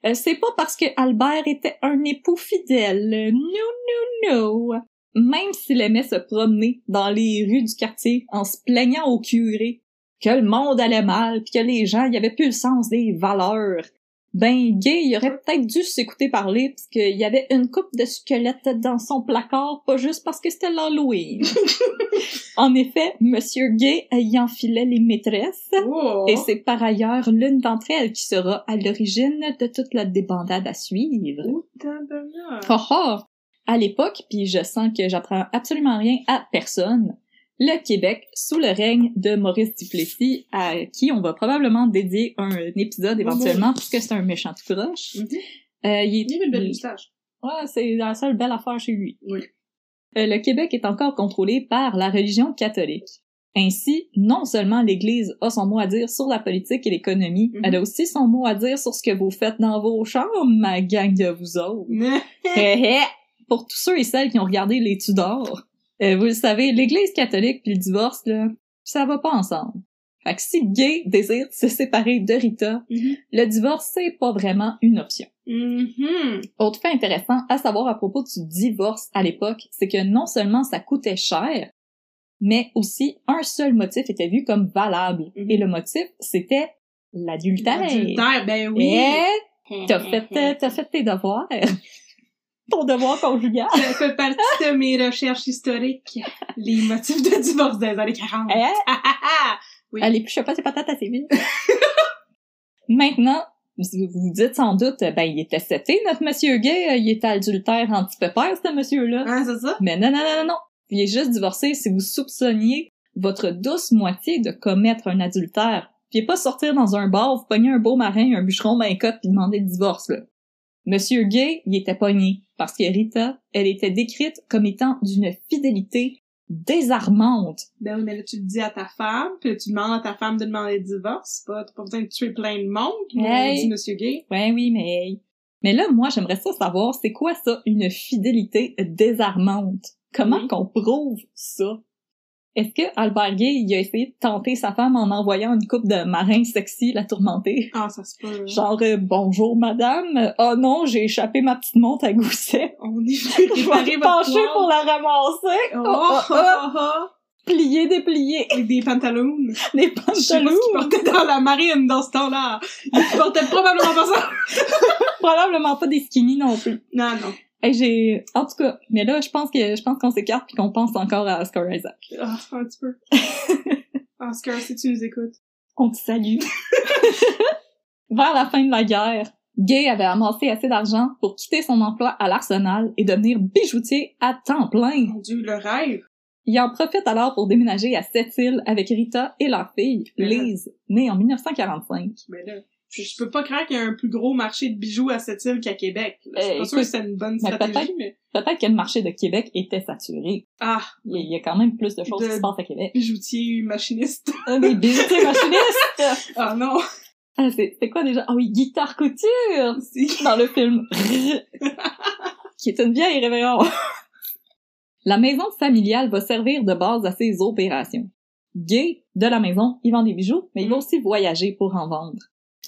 euh, c'est pas parce que Albert était un époux fidèle. Non, non, non. Même s'il aimait se promener dans les rues du quartier en se plaignant au curé que le monde allait mal puis que les gens y avaient plus le sens des valeurs. Ben, Gay, il aurait peut-être dû s'écouter parler parce qu'il y avait une coupe de squelettes dans son placard, pas juste parce que c'était l'Halloween. En effet, Monsieur Gay y enfilait les maîtresses,
Oh!
et c'est par ailleurs l'une d'entre elles qui sera à l'origine de toute la débandade à suivre.
Oh, tabarnak.
Oh, oh. À l'époque, puis je sens que j'apprends absolument rien à personne, le Québec, sous le règne de Maurice Duplessis, à qui on va probablement dédier un
Oh,
épisode éventuellement, puisque c'est un méchant tout croche,
Mhm.
euh, il est-
Il y avait une belle moustache.
Ouais, Ah, c'est la seule belle affaire chez lui.
Oui.
Euh, le Québec est encore contrôlé par la religion catholique. Ainsi, non seulement l'Église a son mot à dire sur la politique et l'économie,
Mhm.
elle a aussi son mot à dire sur ce que vous faites dans vos chambres, ma gang de vous autres. Hé, hé. Pour tous ceux et celles qui ont regardé les Tudors, euh, vous le savez, l'Église catholique puis le divorce, là, ça va pas ensemble. Fait que si Gay désire se séparer de Rita,
Mhm.
le divorce, c'est pas vraiment une option.
Mhm.
Autre fait intéressant à savoir à propos du divorce à l'époque, c'est que non seulement ça coûtait cher, mais aussi un seul motif était vu comme valable.
Mhm.
Et le motif, c'était l'adultère.
Adultère, ben oui. Mhm.
Eh, t'as fait, euh, t'as fait tes devoirs. Ton devoir conjugal.
Ça fait partie de mes recherches historiques. Les motifs de divorce des années 40.
Eh,
Ah, ah, ah. Oui.
Allez, plus pas ses patates à ses vies. Maintenant, vous vous dites sans doute, euh, ben, il était seté, notre monsieur gay, euh, il était adultère anti-pépère, ce monsieur-là.
Hein, c'est ça?
Mais non, non, non, non, non. Il est juste divorcé si vous soupçonniez votre douce moitié de commettre un adultère. Puis pas sortir dans un bar, vous pogner un beau marin, un bûcheron, ben cote, puis demander le divorce, là. Monsieur Gay, il était pogné, parce que Rita, elle était décrite comme étant d'une fidélité désarmante.
Ben oui, mais là, tu le dis à ta femme, puis là, tu demandes à ta femme de demander le divorce. c'est Pas, t'as pas besoin de tuer plein de monde, comme
Hey.
dit Monsieur Gay.
Ouais, oui, mais hey. Mais là, moi, j'aimerais ça savoir, c'est quoi ça, une fidélité désarmante? Comment
Oui.
qu'on prouve ça? Est-ce que Albert Gay, il a essayé de tenter sa femme en envoyant une coupe de marins sexy la tourmenter?
Ah, ça se peut.
Genre, euh, bonjour madame, oh non, j'ai échappé ma petite montre à gousset.
On est venu
Je vais me
réparer votre
pencher pour
poire.
la ramasser,
Oh,
Oh,
oh,
oh,
oh, oh.
plier, déplier,
Avec des pantalons.
des
Je sais pas
pantalons.
ce qu'ils portaient dans la marine dans ce temps-là. Ils portaient probablement pas ça.
Probablement pas des skinny non plus.
Non, non.
Hey, j'ai, en tout cas, mais là, je pense que, je pense qu'on s'écarte puis qu'on pense encore à Oscar Isaac.
Ah, un petit peu. Oscar, si tu nous écoutes.
On te salue. Vers la fin de la guerre, Gay avait amassé assez d'argent pour quitter son emploi à l'arsenal et devenir bijoutier à temps plein.
Mon dieu, le rêve.
Il en profite alors pour déménager à Sept-Îles avec Rita et leur fille,
Mhm.
Lise, née en 1945.
Mais là, je, je peux pas croire qu'il y a un plus gros marché de bijoux à cette île qu'à Québec. Je suis
Eh,
pas
écoute,
sûre que c'est une bonne
mais
stratégie,
peut-être-
mais...
Peut-être que le marché de Québec était saturé.
Ah,
Il y a- il y a quand même plus de choses
De-
qui se passent à Québec.
bijoutier, machiniste.
Ah, des bijoutiers machinistes!
Ah non,
Ah, c'est c'est quoi déjà? Ah oui, guitare couture!
si.
dans le film qui est une vieille révérend. la maison familiale va servir de base à ses opérations. Gay, de la maison, il vend des bijoux, mais il va aussi voyager pour en vendre.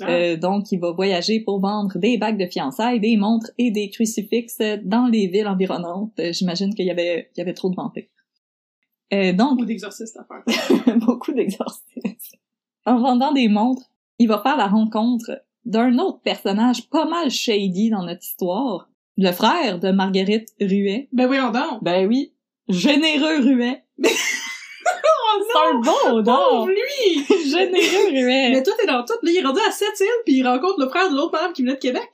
Mm. Ah.
Euh, donc, il va voyager pour vendre des bagues de fiançailles, des montres et des crucifixes dans les villes environnantes. Euh, J'imagine qu'il y avait, il y avait trop de vampires. Euh, donc,
Ou d'exorciste à faire.
beaucoup d'exorcistes. En vendant des montres, il va faire la rencontre d'un autre personnage pas mal shady dans notre histoire, le frère de Marguerite Ruet.
Ben oui, on donne.
Ben oui, généreux Ruet.
Oh
C'est un bon
Pauvre
don!
Oh, lui!
généreux Ruet!
Mais toi, t'es dans tout. Là, il est rendu à cette île, puis il rencontre le frère de l'autre madame qui venait de Québec.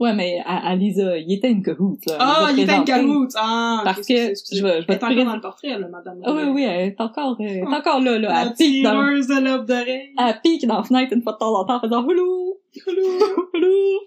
Ouais, mais à, à Lisa, il était une cahoot, là.
Ah, il
était
était une caroute. Ah, ok,
Parce que,
excusez, excusez.
je vais, je
Elle
vais
est
te
encore dans
présenter...
le portrait, là, madame.
Ah oui, oui, elle est encore, euh, elle est encore là, là,
La
à pique dans,
tireuse de lobe d'oreille.
à pique dans la fenêtre une fois de temps en temps en faisant houlou! Hello!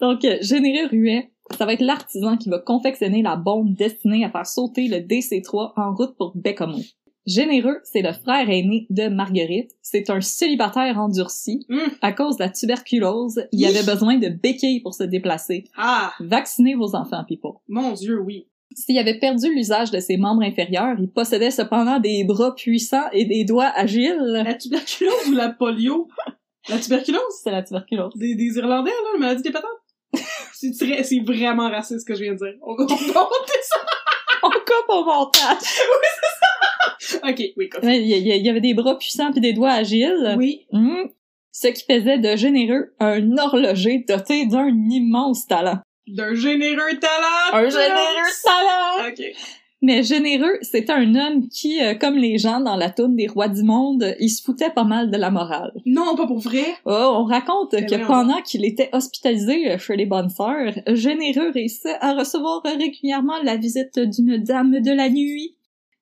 Donc, euh, Généré Ruet, ça va être l'artisan qui va confectionner la bombe destinée à faire sauter le DC-3 en route pour Bécamo. Généreux, c'est le frère aîné de Marguerite. C'est un célibataire endurci.
Mm.
À cause de la tuberculose, il
Hi.
avait besoin de béquilles pour se déplacer.
Ah,
Vaccinez vos enfants, people.
mon dieu, oui.
S'il avait perdu l'usage de ses membres inférieurs, il possédait cependant des bras puissants et des doigts agiles. Oh,
La tuberculose ou la polio? La tuberculose?
C'est la tuberculose.
Des, des Irlandais, là, la maladie des patates. C'est très- c'est vraiment raciste ce que je viens de dire. On, on, on-
On coupe au montage!
ok, oui, quoi.
Ouais, Il y, a- il y avait des bras puissants puis des doigts agiles.
Oui.
Hmm. ce qui faisait de généreux un horloger doté d'un immense talent.
D'un généreux talent!
talent!
Ok.
Mais généreux, c'était un homme qui, euh, comme les gens dans la toune des rois du monde, il se foutait pas mal de la morale.
Non, pas pour vrai.
Oh, on raconte
Ben
que
voyons
pendant qu'il était hospitalisé euh, chez les bonnes sœurs, généreux réussissait à recevoir régulièrement la visite d'une dame de la nuit.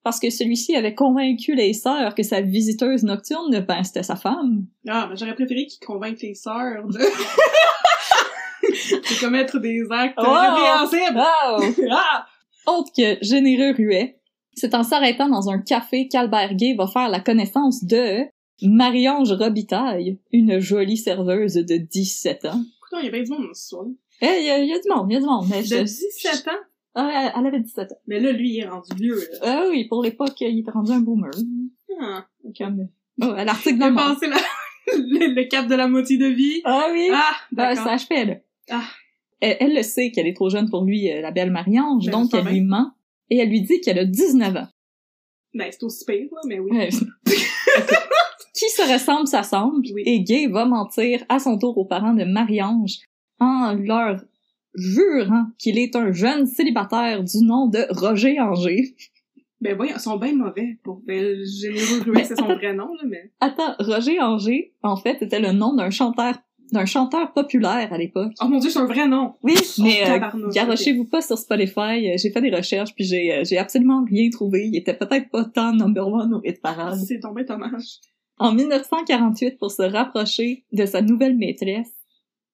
Parce que celui-ci avait convaincu les sœurs que sa visiteuse nocturne, ben, c'était sa femme.
Ah, mais j'aurais préféré qu'ils convainquent les sœurs de... de commettre des actes
Oh!
répréhensibles.
Oh!
Ah!
Autre que généreux Ruet, C'est en s'arrêtant dans un café qu'Albert Gay va faire la connaissance de Marie-Ange Robitaille, une jolie serveuse de 17 ans.
Écoute, il y a bien du monde dans ce soir-là.
Eh, il y, a- il y a du monde, il y a du monde. Mais
De
je-
17 ans.
Ah, elle- elle avait 17 ans.
Mais là, lui, il est rendu vieux, là.
Ah oui, pour l'époque, il était rendu un boomer.
Ah.
Comme... Oh, à l'article
Il
de
a
mort.
passé la- le, le cap de la moitié de vie.
Ah oui!
Ah,
Ben,
d'accord.
ça achevé, là.
Ah.
Elle, elle le sait qu'elle est trop jeune pour lui, euh, la belle Marie-Ange,
Ben,
donc
c'est
elle
pas
lui ment. Et elle lui dit qu'elle a 19 ans.
Ben, c'est aussi pire, là, mais oui.
Ouais. Qui se ressemble, s'assemble.
Oui.
Et Gay va mentir à son tour aux parents de Marie-Ange en leur jurant qu'il est un jeune célibataire du nom de Roger Anger.
Ben, voyons, ils sont bien mauvais. Pour... Ben, généreux Ruiz, c'est son vrai nom, là, mais...
Attends, Roger Anger, en fait, était le nom d'un chanteur d'un chanteur populaire à l'époque.
Oh mon dieu, c'est un vrai nom!
Oui, mais
Oh,
euh,
tabarnouche,
garochez-vous pas sur Spotify. Euh, J'ai fait des recherches puis j'ai euh, j'ai absolument rien trouvé. Il était peut-être pas tant number one au hit parade.
C'est tombé dommage.
En 1948, pour se rapprocher de sa nouvelle maîtresse,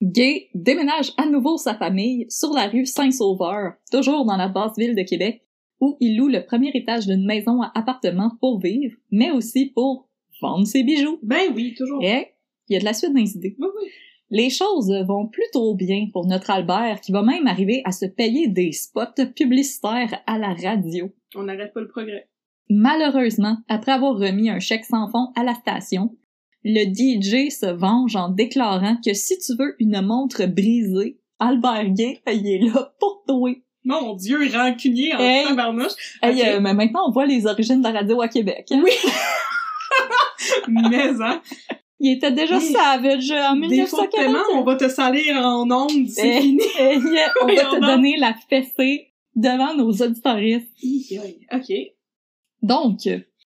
Gay déménage à nouveau sa famille sur la rue Saint-Sauveur, toujours dans la basse ville de Québec, où il loue le premier étage d'une maison à appartement pour vivre, mais aussi pour vendre ses bijoux.
Ben oui, toujours.
Et il y a de la suite dans les idées.
Oui, oui.
Les choses vont plutôt bien pour notre Albert qui va même arriver à se payer des spots publicitaires à la radio.
On n'arrête pas le progrès.
Malheureusement, après avoir remis un chèque sans fond à la station, le DJ se venge en déclarant que si tu veux une montre brisée, Albert Gay, ben, il est là pour toi.
Mon dieu, rancunier en
Hey.
tabarnouche.
Hey,
Ok.
euh, mais maintenant, on voit les origines de la radio à Québec. hein.
Mais, hein.
Il était déjà
Hey,
savage euh, en
Des fois
1940.
de paiement, on va te salir en ondes, c'est
Eh.
fini.
Hey, euh, on va
Voyons
te
donc.
donner la fessée devant nos auditoristes.
Hi, hi. Ok.
Donc,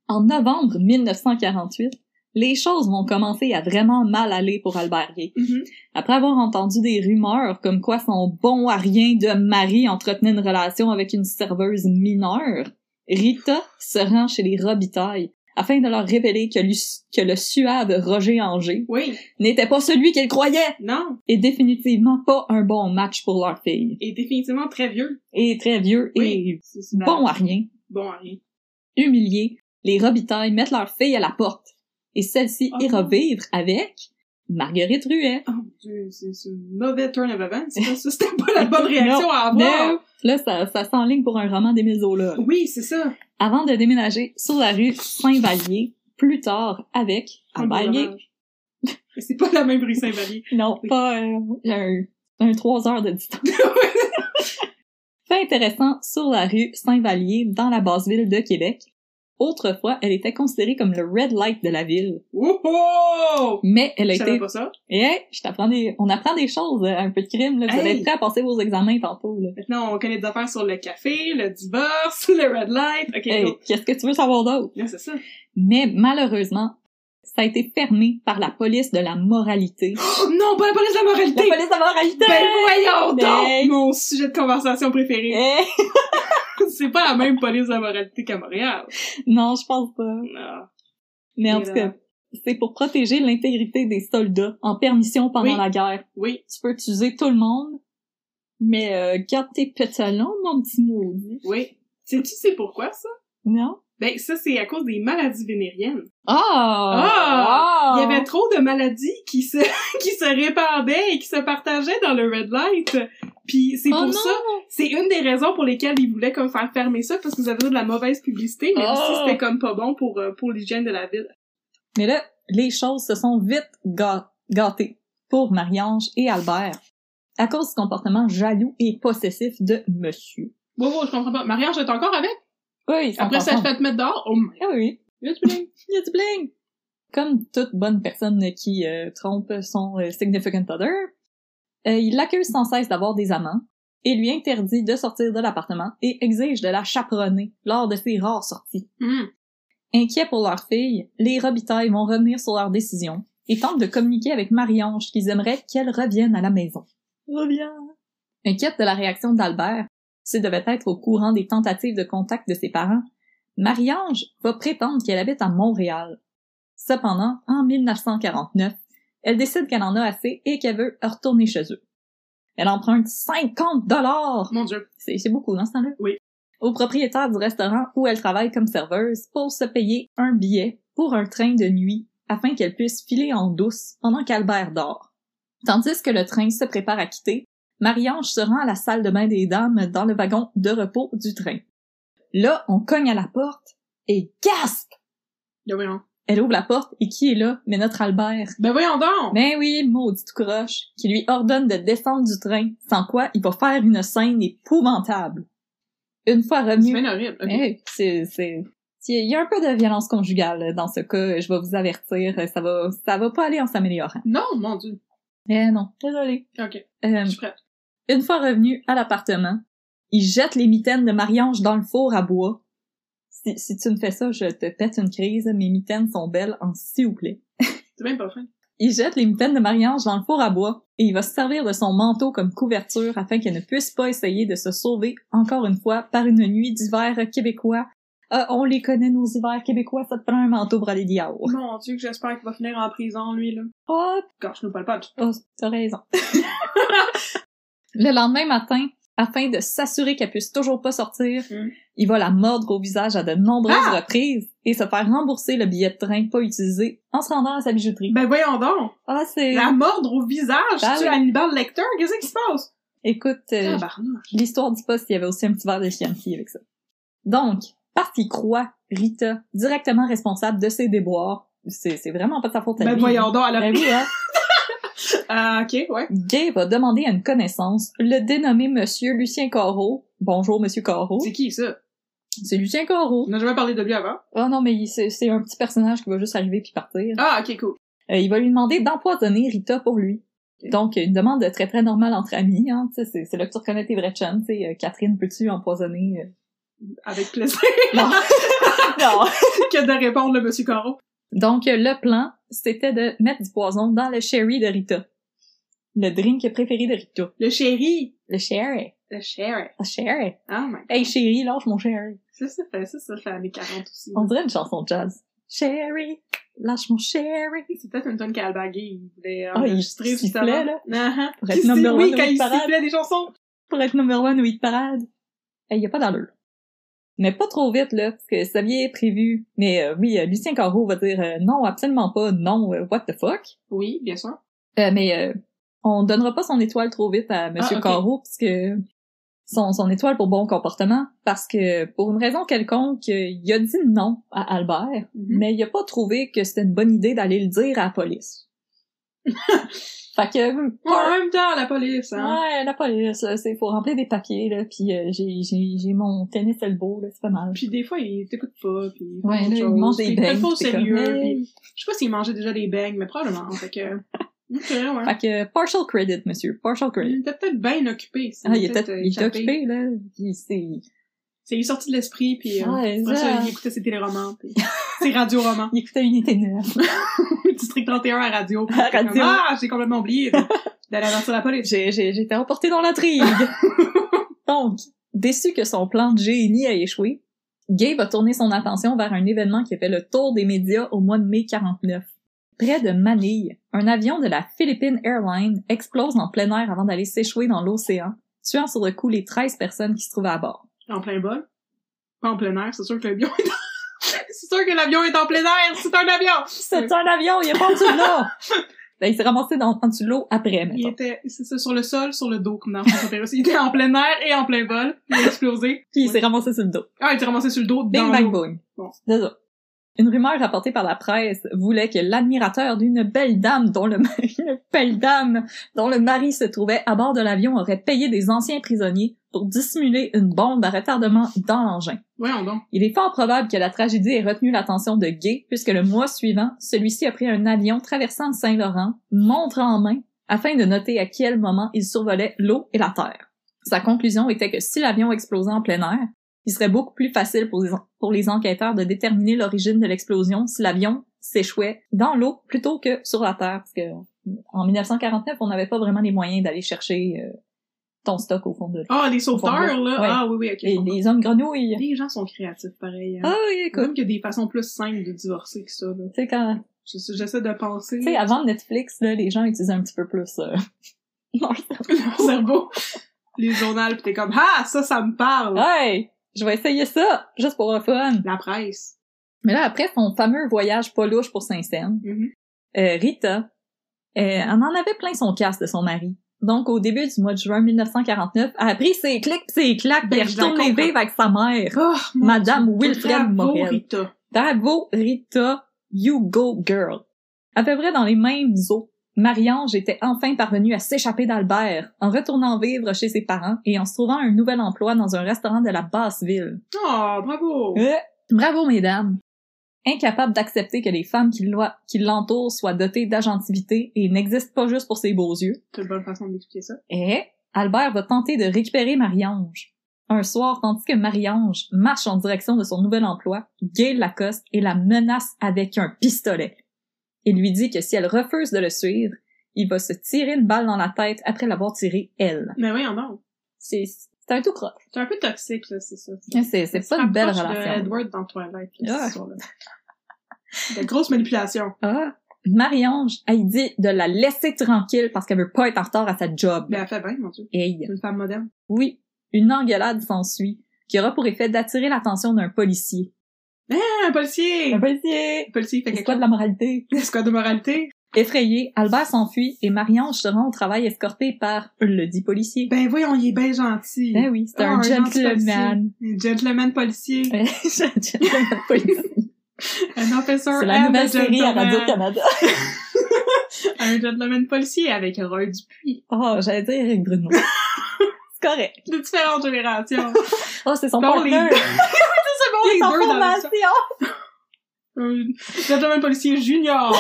en novembre 1948, les choses vont commencer à vraiment mal aller pour Albert Gay.
Mhm.
Après avoir entendu des rumeurs comme quoi son bon à rien de mari entretenait une relation avec une serveuse mineure, Rita se rend chez les Robitaille afin de leur révéler que, lui- que le suave Roger Anger
Oui.
n'était pas celui qu'elle croyait
Non.
et définitivement pas un bon match pour leur fille.
Et définitivement très vieux.
Et très vieux
Oui.
et
C'est- c'est la-
bon à rien.
Bon, rien.
humiliés, les Robitaille mettent leur fille à la porte. Et celle-ci
Oh.
ira vivre avec Marguerite Ruet.
Oh mon dieu, c'est c'est un mauvais turn of events. Ça, ça, c'était pas la bonne réaction à avoir.
Non, là, ça, ça s'enligne pour un roman des Mésolas.
Oui, c'est ça.
Avant de déménager sur la rue Saint-Vallier, plus tard avec
Un beau
Albert Gay.
dommage. Mais c'est pas la même rue Saint-Vallier.
Non, pas euh, un, un trois heures de distance. Fait intéressant, sur la rue Saint-Vallier, dans la basse ville de Québec, autrefois, elle était considérée comme le red light de la ville,
Oh oh!
mais elle
Je
a été
savais pas ça.
Et hey, je t'apprends des... on apprend des choses, euh, un peu de crime, là. Vous
Hey!
allez être prêts à passer vos examens tantôt, là.
Maintenant, on connaît des affaires sur le café, le divorce, le red light. Ok,
Hey,
go.
qu'est-ce que tu veux savoir d'autre?
Là, c'est ça.
Mais malheureusement, ça a été fermé par la police de la moralité.
Oh non, pas la police de la
la
moralité!
police de la moralité!
Ben voyons donc!
Hey!
Mon sujet de conversation préféré.
Hey!
c'est pas la même police de la moralité qu'à Montréal.
Non, je pense pas.
Ah.
Mais en
Et
tout
là.
cas, c'est pour protéger l'intégrité des soldats en permission pendant
Oui.
la guerre.
Oui,
Tu peux utiliser tout le monde, mais euh, garde tes pétalons, mon petit maudit.
oui. Sais-tu c'est pourquoi, ça?
Non?
Ben, ça, c'est à cause des maladies vénériennes.
Ah!
Il y avait trop de maladies qui se, qui se répandaient et qui se partageaient dans le red light. Puis c'est
Oh
pour
non!
ça, c'est une des raisons pour lesquelles ils voulaient comme faire fermer ça parce que ça faisait de la mauvaise publicité, mais
Oh!
aussi c'était comme pas bon pour euh, pour l'hygiène de la ville.
Mais là, les choses se sont vite ga- gâtées pour Marie-Ange et Albert à cause du comportement jaloux et possessif de monsieur.
Wow, wow, je comprends pas. Marianne, j'étais encore avec.
Oui, ils sont
Après ça, je
ensemble.
fais te mettre dehors. Oh my
Ah oui,
god, tu l'as.
il y a du bling! Comme toute bonne personne qui euh, trompe son euh, significant other, euh, il l'accuse sans cesse d'avoir des amants et lui interdit de sortir de l'appartement et exige de la chaperonner lors de ses rares sorties.
Hmm.
Inquiets pour leur fille, les Robitaille vont revenir sur leur décision et tentent de communiquer avec Marie-Ange qu'ils aimeraient qu'elle revienne à la maison. Reviens! Inquiète de la réaction d'Albert, s'il devait être au courant des tentatives de contact de ses parents, Marie-Ange va prétendre qu'elle habite à Montréal. Cependant, en 1949, elle décide qu'elle en a assez et qu'elle veut retourner chez eux. Elle emprunte 50 dollars!
Mon dieu.
C'est c'est beaucoup dans ce temps-là?
Oui.
au propriétaire du restaurant où elle travaille comme serveuse pour se payer un billet pour un train de nuit afin qu'elle puisse filer en douce pendant qu'Albert dort. Tandis que le train se prépare à quitter, Marie-Ange se rend à la salle de bain des dames dans le wagon de repos du train. Là, on cogne à la porte et gasp!
Ben voyons.
Elle ouvre la porte et qui est là? Mais notre Albert.
Ben voyons donc!
Ben oui, maudit tout croche, qui lui ordonne de descendre du train, sans quoi il va faire une scène épouvantable. Une fois
C'est
revenu...
bien horrible. ok.
Eh, c'est, c'est... Il y a un peu de violence conjugale dans ce cas, je vais vous avertir, ça va, ça va pas aller en s'améliorant.
Non, mon dieu.
Eh non, désolé.
Ok,
Euh,
je suis prête.
une fois revenu à l'appartement, il jette les mitaines de Marie-Ange dans le four à bois. Si, si tu me fais ça, je te pète une crise, mes mitaines sont belles en s'il vous plaît.
C'est même pas fin.
Il jette les mitaines de Marie-Ange dans le four à bois et il va se servir de son manteau comme couverture afin qu'elle ne puisse pas essayer de se sauver encore une fois par une nuit d'hiver québécois. Ah, on les connaît nos hivers québécois, ça te prend un manteau pour aller dehors.
Mon dieu, que j'espère qu'il va finir en prison, lui, là.
Oh,
Quand je nous parle pas de
Oh, t'as raison. le lendemain matin, afin de s'assurer qu'elle puisse toujours pas sortir,
Mm.
il va la mordre au visage à de nombreuses
Ah!
reprises et se faire rembourser le billet de train pas utilisé en se rendant à sa bijouterie.
Ben voyons donc!
Ah, c'est...
La mordre au visage!
Ben
tu
oui.
Hannibal Lecter? Qu'est-ce qui se passe? Ah,
Écoute, euh,
Tabarnouche.
l'histoire dit pas s'il y avait aussi un petit verre de Chianti avec ça. Donc, parce qu'il croit Rita directement responsable de ses déboires, c'est c'est vraiment pas de sa faute à
Ben
lui.
voyons donc, elle a...
Ben oui, hein.
Ah, ok, ouais.
Gay va demander à une connaissance, le dénommé Monsieur Lucien Corot. Bonjour, Monsieur Corot.
C'est qui, ça?
C'est Lucien Corot.
On n'a jamais parlé de lui avant.
Oh non, mais il- c'est c'est un petit personnage qui va juste arriver puis partir.
Ah, ok, cool.
Euh, il va lui demander d'empoisonner Rita pour lui. Donc, une demande très très normale entre amis, hein. Tu sais, c'est- c'est là que tu reconnais tes vrais chums, tu sais. euh, Catherine, peux-tu empoisonner? euh?
Avec plaisir
Non. non.
que de répondre le monsieur Corot.
Donc, euh, le plan, c'était de mettre du poison dans le sherry de Rita. Le drink préféré de Rita.
Le chéri!
Le sherry.
Le chéri.
Le sherry.
Oh my...
Hey chérie, lâche mon sherry.
Ça, ça fait, ça, ça fait années 40 aussi.
On dirait une chanson de jazz. Sherry, lâche mon sherry.
C'est peut-être une tonne qu'Albagui voulait
Ah, il
enregistrer, justement.
sifflait, là.
Ah, ah.
Pour
Qui
être
sait,
number
oui,
one
quand
au
il
parade.
sifflait des chansons.
pour être numéro un au hit parade. Il n'y a pas d'allure. Mais pas trop vite, là, parce que ça vient prévu. Mais euh, oui, euh, Lucien Carreau va dire euh, non, absolument pas, non, euh, what the fuck.
Oui, bien sûr.
Euh, mais euh, on donnera pas son étoile trop vite à Monsieur
Ah, ok.
Carreau, parce que son, son étoile pour bon comportement, parce que pour une raison quelconque, euh, il a dit non à Albert,
Mhm.
mais il a pas trouvé que c'était une bonne idée d'aller le dire à la police. fait que, euh,
En même temps, la police, hein.
Ouais, la police, là, c'est faut remplir des papiers, là, pis euh, j'ai, j'ai, j'ai mon tennis elbow, là, c'est pas mal.
Puis des fois, ils t'écoutent pas, puis ils
Ouais,
font
là,
autre
ils
chose,
mangent
puis
des
ils te prennent
beignes,
pas au
puis t'es comme,
sérieux,
hey.
puis je sais pas s'ils mangeaient déjà des beignes, mais probablement, fait que... Ok, ouais.
Fait que, partial credit, monsieur, partial
Il
credit.
était peut-être bien occupé. ça
Ah, il
m'a
était,
euh,
il était
échappé.
occupé, là, il s'est...
C'est, il est sorti de l'esprit, puis euh,
Ouais,
après ça,
ça.
il écoutait ses téléromans, puis ses radioromans.
Il écoutait Unité 9.
District 31 à radio.
À radio.
Comme, ah, j'ai complètement oublié de- d'aller annoncer la police.
j'ai, j'ai, j'étais emportée dans l'intrigue! Donc, déçu que son plan de génie a échoué, Gay va tourner son attention vers un événement qui a fait le tour des médias au mois de mai 49. Près de Manille, un avion de la Philippine Airlines explose en plein air avant d'aller s'échouer dans l'océan, tuant sur le coup les 13 personnes qui se trouvaient à bord.
En plein bol. Pas en plein air, c'est sûr que l'avion est en... c'est sûr que l'avion est en plein air, c'est un avion!
C'est un avion, il est pas en dessous de l'eau! Ben, il s'est ramassé dans, en dessous de l'eau après,
Il
mettons.
était, c'est ça, sur le sol, sur le dos, comme dans François Pérus. Il était en plein air et en plein vol. Il a explosé.
Puis il s'est ramassé sur le dos.
Ah, il était ramassé sur le dos, dans
Bing bang
l'eau.
boom.
Bon.
C'est ça. Une rumeur rapportée par la presse voulait que l'admirateur d'une belle dame dont le une belle dame dont le mari se trouvait à bord de l'avion aurait payé des anciens prisonniers pour dissimuler une bombe à retardement dans l'engin.
Voyons donc.
Il est fort probable que la tragédie ait retenu l'attention de Gay puisque le mois suivant, celui-ci a pris un avion traversant le Saint-Laurent, montre en main, afin de noter à quel moment il survolait l'eau et la terre. Sa conclusion était que si l'avion explosait en plein air, il serait beaucoup plus facile pour les, en- pour les enquêteurs de déterminer l'origine de l'explosion si l'avion s'échouait dans l'eau plutôt que sur la terre, parce que en 1949, on n'avait pas vraiment les moyens d'aller chercher euh, ton stock au fond de l'eau.
Ah, les sauveurs,
Bon,
là.
ouais.
Ah, oui, oui, ok.
Les, les hommes grenouilles.
Les gens sont créatifs, pareil. hein.
Ah oui, écoute,
Comme qu'il y a des façons plus simples de divorcer que ça, là.
tu sais, quand,
Je- J'essaie de penser.
Tu sais, avant Netflix, là, les gens utilisaient un petit peu plus euh, leur cerveau.
Mon cerveau. Les journaux, pis t'es comme, ah, ça, ça me parle.
Hey! Je vais essayer ça, juste pour le fun.
La presse.
Mais là, après son fameux voyage pas louche pour Saint-Saëns,
Mhm.
euh, Rita, euh, on en avait plein son casque de son mari. Donc, au début du mois de juin 1949, elle a pris ses clics pis ses claques pis
Ben,
elle
je la
retourne les
comprends.
vivre avec sa mère.
Oh, mon
Madame
Dieu.
Wilfred
Bravo,
Morel.
Rita.
Bravo, Rita, you go girl. À peu près dans les mêmes eaux, Marie-Ange était enfin parvenue à s'échapper d'Albert en retournant vivre chez ses parents et en se trouvant un nouvel emploi dans un restaurant de la basse ville.
Oh, bravo.
Euh, bravo, mesdames! Incapable d'accepter que les femmes qui l'oi- qui l'entourent soient dotées d'agentivité et n'existent pas juste pour ses beaux yeux,
C'est une bonne façon d'expliquer ça.
et Albert va tenter de récupérer Marie-Ange. Un soir, tandis que Marie-Ange marche en direction de son nouvel emploi, Gail Lacoste et la menace avec un pistolet. Il lui dit que si elle refuse de le suivre, il va se tirer une balle dans la tête après l'avoir tirée elle.
Mais voyons donc.
C'est c'est un tout croche.
C'est un peu toxique, là, c'est ça.
C'est c'est pas une belle
rapproche
relation.
de Edward dans Twilight, là,
Ah.
cette histoire-là. De grosses manipulations.
Ah! Marie-Ange, elle dit de la laisser tranquille parce qu'elle veut pas être en retard à sa job.
Ben, elle fait bien, mon Dieu.
Hey.
C'est une femme moderne.
Oui, une engueulade s'ensuit qui aura pour effet d'attirer l'attention d'un policier.
Ah, un policier!
Un
Un
policier!
policier fait
C'est
quelque
quoi
chose.
de la moralité?
C'est quoi de moralité?
Effrayé, Albert s'enfuit et Marie-Ange se rend au travail escortée par le dit policier.
Ben, voyons, il est bien gentil.
Ben oui, c'est
Ah,
un
un gentil
gentleman. Ben,
Un Gentleman policier.
Un gentleman policier.
Un officer
C'est
and
la
a
nouvelle série à
gentleman.
Radio-Canada.
Un gentleman policier avec Roy Dupuis.
Oh, j'allais dire Eric Bruno. C'est correct.
De différentes générations.
Oh, c'est son
Bon,
partner. Oh,
les- C'est bon,
Il
les
est en
deux dans le-
formation.
Un gentleman policier junior.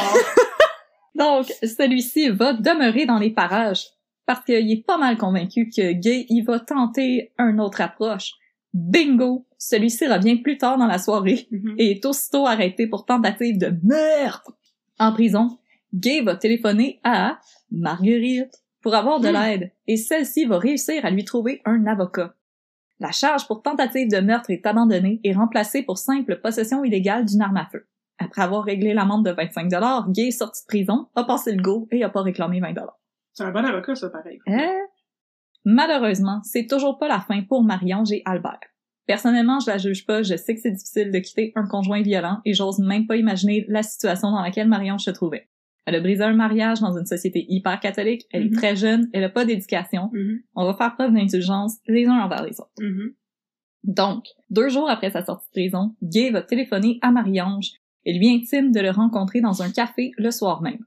Donc, celui-ci va demeurer dans les parages parce qu'il est pas mal convaincu que Gay, il va tenter une autre approche. Bingo! Celui-ci revient plus tard dans la soirée
Mhm.
et est aussitôt arrêté pour tentative de meurtre. En prison, Gay va téléphoner à Marguerite pour avoir de
Hmm.
l'aide et celle-ci va réussir à lui trouver un avocat. La charge pour tentative de meurtre est abandonnée et remplacée pour simple possession illégale d'une arme à feu. Après avoir réglé l'amende de 25 Gay est sorti de prison, a passé le go et a pas réclamé 20
C'est un bon avocat, ça, pareil.
Hein? Malheureusement, c'est toujours pas la fin pour Marie-Ange et Albert. Personnellement, je la juge pas, je sais que c'est difficile de quitter un conjoint violent et j'ose même pas imaginer la situation dans laquelle Marie-Ange se trouvait. Elle a brisé un mariage dans une société hyper catholique, elle
Mhm.
est très jeune, elle a pas d'éducation,
Mhm,
on va faire preuve d'indulgence les uns envers les autres.
mhm.
Donc, deux jours après sa sortie de prison, Gay va téléphoner à Marie-Ange et lui intime de le rencontrer dans un café le soir même.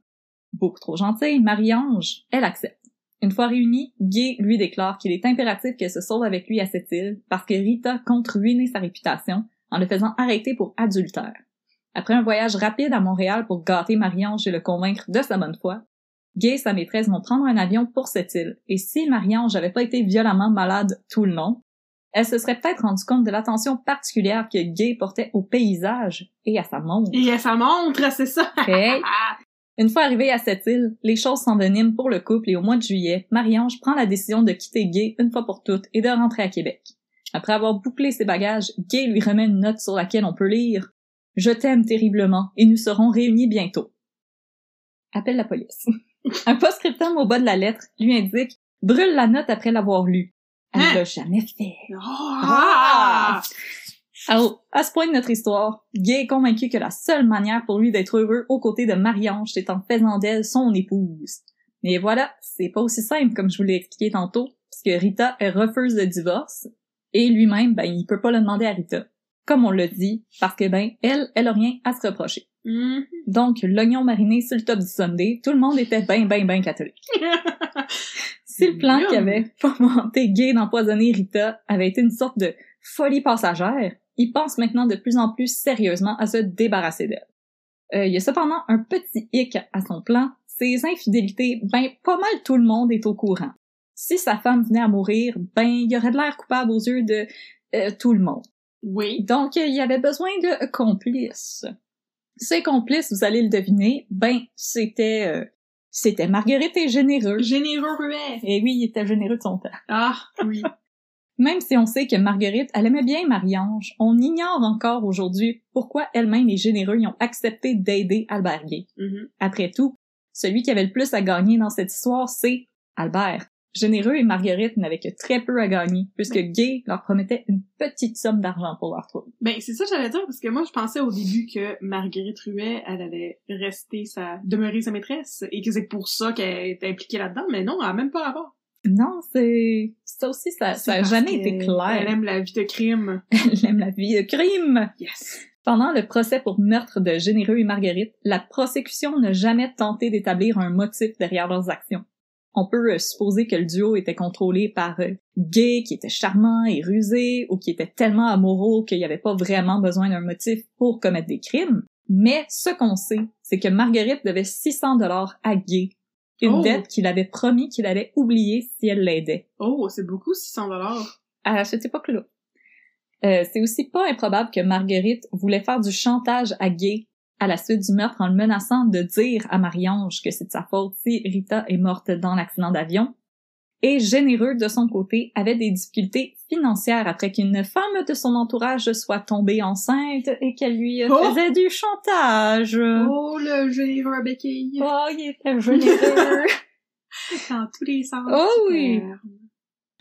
Beaucoup trop gentille, Marie-Ange, elle accepte. Une fois réunis, Gay lui déclare qu'il est impératif qu'elle se sauve avec lui à cette île parce que Rita compte ruiner sa réputation en le faisant arrêter pour adultère. Après un voyage rapide à Montréal pour gâter Marie-Ange et le convaincre de sa bonne foi, Gay et sa maîtresse vont prendre un avion pour cette île, et si Marie-Ange n'avait pas été violemment malade tout le long, elle se serait peut-être rendue compte de l'attention particulière que Gay portait au paysage et à sa montre.
Et elle, ça montre, c'est ça.
Hey!
Ah,
Une fois arrivée à cette île, les choses s'enveniment pour le couple et au mois de juillet, Marie-Ange prend la décision de quitter Gay une fois pour toutes et de rentrer à Québec. Après avoir bouclé ses bagages, Gay lui remet une note sur laquelle on peut lire « Je t'aime terriblement et nous serons réunis bientôt. » Appelle la police. Un post-scriptum au bas de la lettre lui indique « Brûle la note après l'avoir lue. » Elle
Hein?
ne l'a jamais fait.
Oh, ah.
Alors, oh, à ce point de notre histoire, Gay est convaincu que la seule manière pour lui d'être heureux aux côtés de Marie-Ange, c'est en faisant d'elle son épouse. Mais voilà, c'est pas aussi simple comme je vous l'ai expliqué tantôt, puisque Rita, elle refuse le divorce, et lui-même, ben, il peut pas le demander à Rita. Comme on l'a dit, parce que ben, elle, elle a rien à se reprocher.
Mhm.
Donc, l'oignon mariné sur le top du Sunday, tout le monde était ben, ben, ben catholique. Si le plan
Yum.
qui avait fomenté Gay d'empoisonner Rita avait été une sorte de folie passagère, il pense maintenant de plus en plus sérieusement à se débarrasser d'elle. Euh, il y a cependant un petit hic à son plan, ses infidélités, ben pas mal tout le monde est au courant. Si sa femme venait à mourir, ben il y aurait de l'air coupable aux yeux de euh, tout le monde.
Oui.
Donc, euh, il y avait besoin de complices. Ces complices, vous allez le deviner, ben, c'était, euh, c'était Marguerite et Généreux.
Généreux ruet.
Et oui, il était généreux de son temps.
Ah, oui.
Même si on sait que Marguerite, elle aimait bien Marie-Ange, on ignore encore aujourd'hui pourquoi elle-même et Généreux y ont accepté d'aider Albert Gay.
Mhm.
Après tout, celui qui avait le plus à gagner dans cette histoire, c'est Albert. Généreux et Marguerite n'avaient que très peu à gagner, puisque Gay leur promettait une petite somme d'argent pour leur trouble.
Ben, c'est ça que j'allais dire, parce que moi, je pensais au début que Marguerite Ruet, elle allait rester sa, demeurer sa maîtresse, et que c'est pour ça qu'elle était impliquée là-dedans, mais non, elle a même pas rapport.
Non, c'est... Ça aussi, ça
C'est
ça a
parce
jamais été
qu'elle- Elle
clair.
aime la vie de crime.
Elle aime la vie de crime!
Yes!
Pendant le procès pour meurtre de Généreux et Marguerite, la prosécution n'a jamais tenté d'établir un motif derrière leurs actions. On peut euh, supposer que le duo était contrôlé par euh, Gay, qui était charmant et rusé, ou qui était tellement amoureux qu'il n'y avait pas vraiment besoin d'un motif pour commettre des crimes. Mais ce qu'on sait, c'est que Marguerite devait 600 dollars à Gay, une
Oh.
dette qu'il avait promis qu'il allait oublier si elle l'aidait
Oh, c'est beaucoup, 600 dollars.
à cette époque-là. Euh, c'est aussi pas improbable que Marguerite voulait faire du chantage à Gay à la suite du meurtre en le menaçant de dire à Marie-Ange que c'est de sa faute si Rita est morte dans l'accident d'avion. Et généreux de son côté avait des difficultés financières après qu'une femme de son entourage soit tombée enceinte et qu'elle lui
Oh!
faisait du chantage.
Oh, le Geneva à béquille.
Oh, il était généreux.
Dans tous les sens.
Oh oui.
super.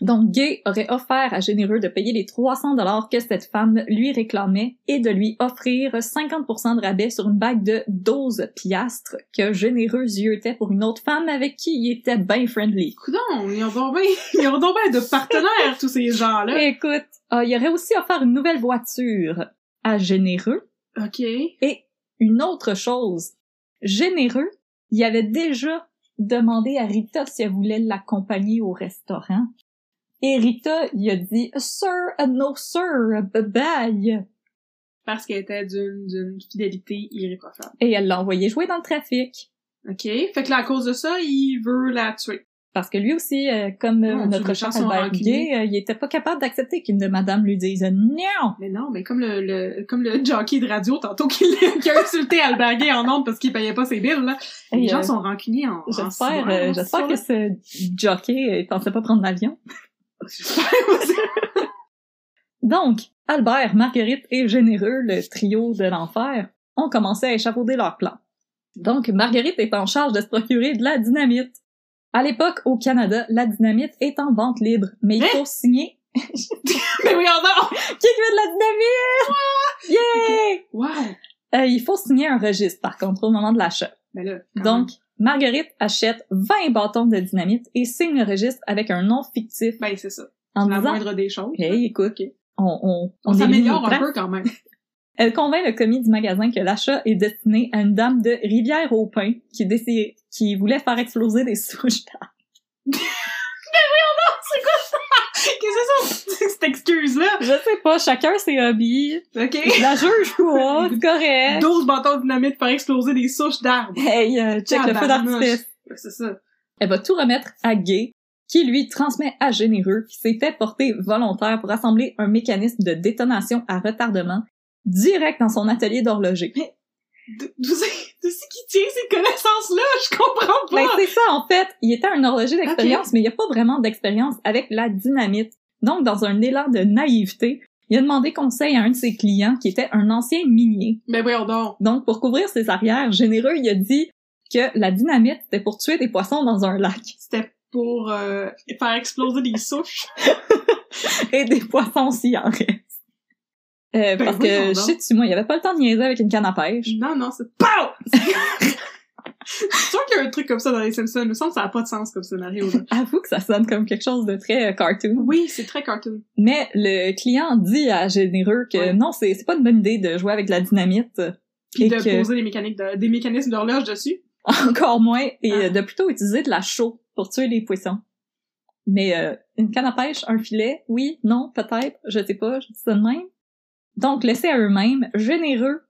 Donc Gay aurait offert à Généreux de payer les 300 dollars que cette femme lui réclamait et de lui offrir 50% de rabais sur une bague de 12 piastres que Généreux était pour une autre femme avec qui il était bien friendly.
Coudon, ils ont tombé, ils ont tombé de partenaires, tous ces gens-là.
Écoute, euh, il aurait aussi offert une nouvelle voiture à Généreux
OK.
et une autre chose. Généreux, il avait déjà demandé à Rita si elle voulait l'accompagner au restaurant. Et Rita, il a dit, Sir, no sir, bye bye.
Parce qu'elle était d'une, d'une fidélité irréprochable.
et elle l'a envoyé jouer dans le trafic.
OK. Fait que là, à cause de ça, il veut la tuer.
Parce que lui aussi, euh, comme euh,
Mon Dieu,
notre
les
cher
gens sont
Albert
rancuniers.
Gay, euh, il était pas capable d'accepter qu'une de madame lui dise « Non!
Mais non, mais comme le, le comme le jockey de radio tantôt qui, l'a- qui a insulté Albert Gay en ondes parce qu'il payait pas ses billes, là. » Les
Et,
gens
euh,
sont rancuniers en, en
J'espère
souvent,
euh,
hein,
j'espère que
c'est
ce jockey euh, pensait pas prendre l'avion.
ça, là. J'espère
Donc, Albert, Marguerite et Généreux, le trio de l'enfer, ont commencé à échafauder leur plan. Donc, Marguerite est en charge de se procurer de la dynamite. À l'époque, au Canada, la dynamite est en vente libre, mais il
Hein?
faut signer
aussi. Mais oui, on a...
qui veut de la dynamite! Yeah!
Wow!
Euh, il faut signer un registre, par contre, au moment de l'achat.
Ben là, quand
Donc, Marguerite achète 20 bâtons de dynamite et signe le registre avec un nom fictif
même. Ben, c'est ça.
en
La
disant
moindre des choses.
Hey, écoute,
Ok.
on, on,
On
est
s'améliore un
limitrophe.
peu quand même.
Elle convainc le commis du magasin que l'achat est destiné à une dame de Rivière-au-Pin qui, décidait- qui voulait faire exploser des souches d'arbres.
Qu'est-ce que c'est ça, cette excuse-là?
Je sais pas, chacun ses hobbies.
OK.
Je la juge pas, c'est correct.
12 bâtons de dynamite pour exploser des souches d'arbres.
Hey, euh, check le feu
Tabarnouche.
d'artifice.
Ben, C'est ça.
Elle va tout remettre à Gay, qui lui transmet à Généreux, qui s'est fait porter volontaire pour assembler un mécanisme de détonation à retardement direct dans son atelier d'horloger.
D'où d'où c'est d'où c'est qui tient ces connaissances-là? Je comprends
Ben,
pas!
c'est ça, en fait. Il était un horloger d'expérience, mais il n'y a pas vraiment d'expérience avec la dynamite. Donc, dans un élan de naïveté, il a demandé conseil à un de ses clients qui était un ancien minier.
Mais voyons donc.
Donc, pour couvrir ses arrières, Généreux, il a dit que la dynamite était pour tuer des poissons dans un lac.
C'était pour euh, faire exploser des souches.
et des poissons s'il en reste. Euh,
Ben
parce
voyons
que,
donc.
sais-tu, moi, il y avait pas le temps de niaiser avec une canne à pêche.
Non, non, c'est... POW! C'est sûr qu'il y a un truc comme ça dans les Simpsons. Il me semble que ça n'a pas de sens comme scénario. là.
Avoue que ça sonne comme quelque chose de très euh, cartoon.
Oui, c'est très cartoon.
Mais le client dit à Généreux que
Ouais.
non, c'est c'est pas une bonne idée de jouer avec de la dynamite. euh,
Puis
Et
de
que-
poser des, mécaniques de- des mécanismes d'horloge dessus.
Encore moins. Et
Ah.
euh, de plutôt utiliser de la chaux pour tuer les poissons. Mais euh, une canne à pêche, un filet, oui, non, peut-être, je sais pas, je dis ça de même. Donc, laissés à eux-mêmes, Généreux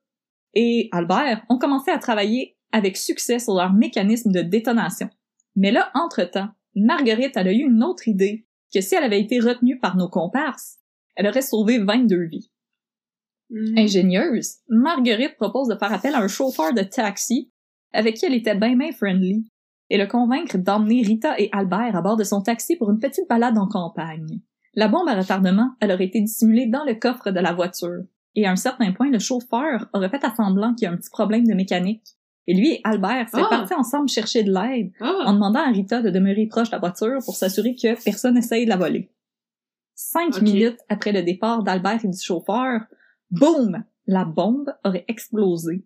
et Albert ont commencé à travailler avec succès sur leur mécanisme de détonation. Mais là, entre-temps, Marguerite elle a eu une autre idée que si elle avait été retenue par nos comparses, elle aurait sauvé 22 vies.
Mm.
Ingénieuse, Marguerite propose de faire appel à un chauffeur de taxi avec qui elle était bien bien friendly et le convaincre d'emmener Rita et Albert à bord de son taxi pour une petite balade en campagne. La bombe à retardement, elle aurait été dissimulée dans le coffre de la voiture. Et à un certain point, le chauffeur aurait fait à semblant qu'il y a un petit problème de mécanique Et lui et Albert s'étaient
Ah!
partis ensemble chercher de l'aide en
Ah!
demandant à Rita de demeurer proche de la voiture pour s'assurer que personne n'essaye de la voler. Cinq
Ok.
minutes après le départ d'Albert et du chauffeur, boum! La bombe aurait explosé.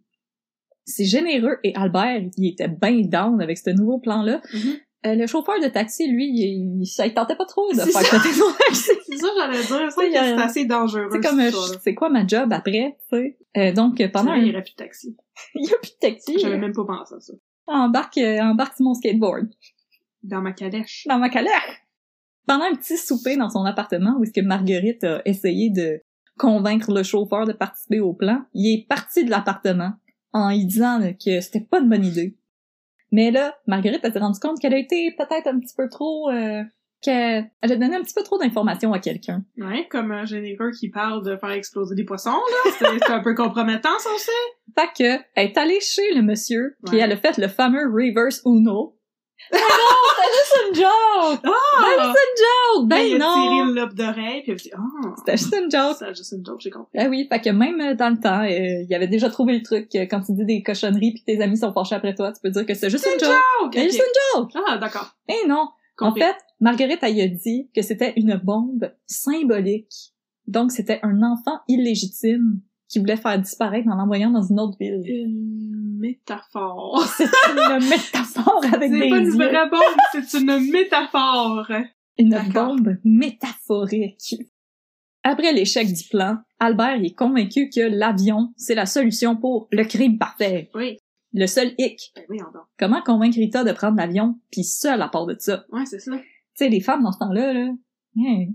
C'est généreux et Albert, il était ben down avec ce nouveau plan-là.
Mhm.
Euh, le chauffeur de taxi, lui, il, il- ça, il tentait pas trop de
C'est
faire
ça.
côté son taxi.
C'est ça, j'allais dire.
Il
C'est
y a-
c'est assez dangereux.
C'est comme, euh, c'est quoi ma job après, tu sais? Euh, donc, pendant
Pendant
un...
il n'y aurait plus de taxi.
Il y a plus de taxi.
J'avais même pas pensé à ça.
Embarque, euh, embarque sur mon skateboard.
Dans ma calèche.
dans ma colère. Pendant un petit souper dans son appartement où est-ce que Marguerite a essayé de convaincre le chauffeur de participer au plan, il est parti de l'appartement en lui disant là, que c'était pas une bonne idée. Mais là, Marguerite elle s'est rendue compte qu'elle a été peut-être un petit peu trop... euh, qu'elle elle a donné un petit peu trop d'informations à quelqu'un.
Ouais, comme euh, un généreux qui parle de faire exploser des poissons, là. C'est c'est un peu compromettant, ça aussi.
Fait que, elle est allée chez le monsieur, puis
Ouais.
elle a fait le fameux reverse Uno. Oh Mais non, c'était juste une joke!
Ah!
Oh,
il
ben
a tiré
non!
le lobe d'oreille, puis il a dit « Ah!
C'était juste une joke! »
C'est juste une joke, j'ai compris.
Ah oui, fait que même euh, dans le temps, euh, il avait déjà trouvé le truc. euh, Quand tu dis des cochonneries puis que tes amis sont penchés après toi, tu peux dire que c'est juste
C'est
une
une
joke.
Ah, ok,
C'est juste
ok.
une joke.
Ah, d'accord.
Eh non.
Compris.
En fait, Marguerite elle y a dit que c'était une bombe symbolique. Donc c'était un enfant illégitime qui voulait faire disparaître en l'envoyant dans une autre ville.
Une métaphore.
C'est une métaphore avec
C'est
des
pas une
yeux.
vraie bombe, c'est une métaphore.
Une
D'accord.
bombe métaphorique. Après l'échec du plan, Albert est convaincu que l'avion, c'est la solution pour le crime parfait.
Oui.
Le seul hic.
Ben oui, on dort.
Comment convaincre Rita de prendre l'avion, puis seule à part de ça?
Ouais, c'est ça.
Tu sais, les femmes dans ce temps-là, là, hmm,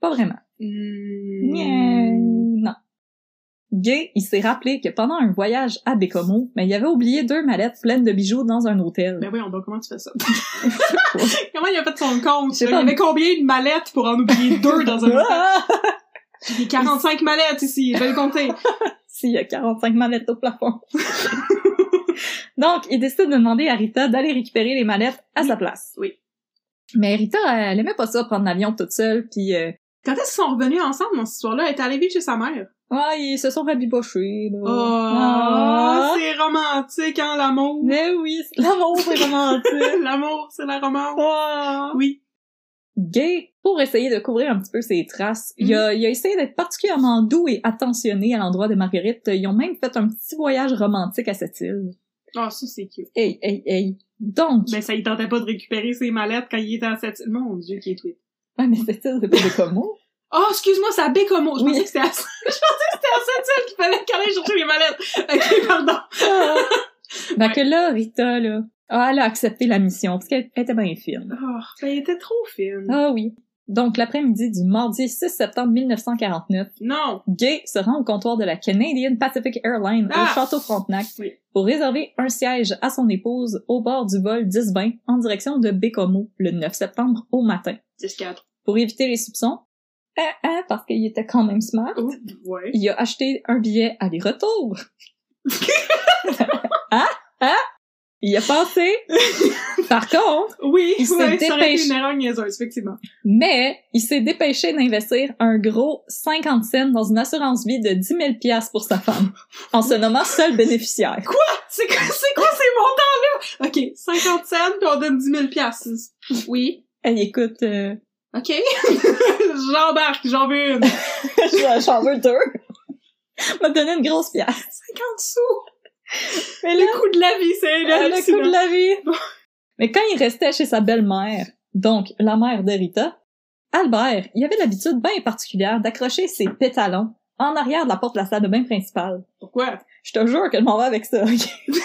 pas vraiment.
Mmh.
Hmm, Non. Gay, il s'est rappelé que pendant un voyage à Bécomo, mais il avait oublié deux mallettes pleines de bijoux dans un hôtel.
Ben oui, on dort. Comment tu fais ça?
pas.
comment il a fait son compte?
Je sais
là? Il
pas.
y avait combien de mallettes pour en oublier deux dans un hôtel?
Ah!
Il y a 45 mallettes ici, je vais le compter.
S'il y a 45 mallettes au plafond. Donc, il décide de demander à Rita d'aller récupérer les mallettes à sa place.
Oui.
Mais Rita, elle aimait pas ça prendre l'avion toute seule, puis euh,
Quand est-ce qu'ils sont revenus ensemble dans cette histoire-là? Elle est allée vivre chez sa mère.
ah, ils se sont rabibochés, là.
Oh,
Ah.
c'est romantique, hein, l'amour?
Mais oui, c'est- l'amour c'est romantique.
L'amour, c'est la romance.
Wow.
Oui.
Gay, pour essayer de couvrir un petit peu ses traces, il, a, il a essayé d'être particulièrement doux et attentionné à l'endroit de Marguerite. Ils ont même fait un petit voyage romantique à cette île.
Ah, ça, c'est cute.
Hey, hey, hey. Donc,
Mais ça, il tentait pas de récupérer ses mallettes quand il était à cette... Mon Dieu, qui est tweet.
ouais, mais cette île, c'est pas de Como.
Oh, excuse-moi, ça baie comme Je
Oui.
pensais que c'était à... je pensais que c'était à cette île qu'il fallait qu'elle aille chercher les mallettes. Ok, pardon.
Ah. Fait que là, Rita, là, ah, elle a accepté la mission parce qu'elle était bien fine.
Oh, ben, il était trop fine.
Ah oui. Donc, l'après-midi du mardi 6 septembre 1949,
Non.
Gay se rend au comptoir de la Canadian Pacific Airlines
Ah!
au Château Frontenac
Oui.
pour réserver un siège à son épouse au bord du vol 10-20 en direction de Bécomo le 9 septembre au matin.
10-4.
Pour éviter les soupçons, hein, hein, parce qu'il était quand même smart,
Oh, ouais.
il a acheté un billet aller-retour. hein? Hein? Il a pensé. Par contre,
Oui,
Il se
ouais, ça aurait été
dépêche.
une erreur niaiseuse, effectivement.
mais il s'est dépêché d'investir un gros 50 cents dans une assurance vie de 10 000 piastres pour sa femme, en se nommant seul bénéficiaire.
C'est quoi, c'est quoi ces montants-là? Ok, 50 cents, puis on donne 10 000 piastres. Oui.
Hey, écoute, euh,
Ok. J'embarque, j'en veux une. 50
j'en veux deux. m'a donné une grosse pièce.
sous.
Mais là,
Euh, Le coût de la vie, c'est
ah, le coup de
hallucinant.
la vie. Mais quand il restait chez sa belle-mère, donc la mère de Rita, Albert, il avait l'habitude bien particulière d'accrocher ses pétalons en arrière de la porte de la salle de bain principale.
Pourquoi?
Je te jure que je m'en vais avec ça, ok? je, je te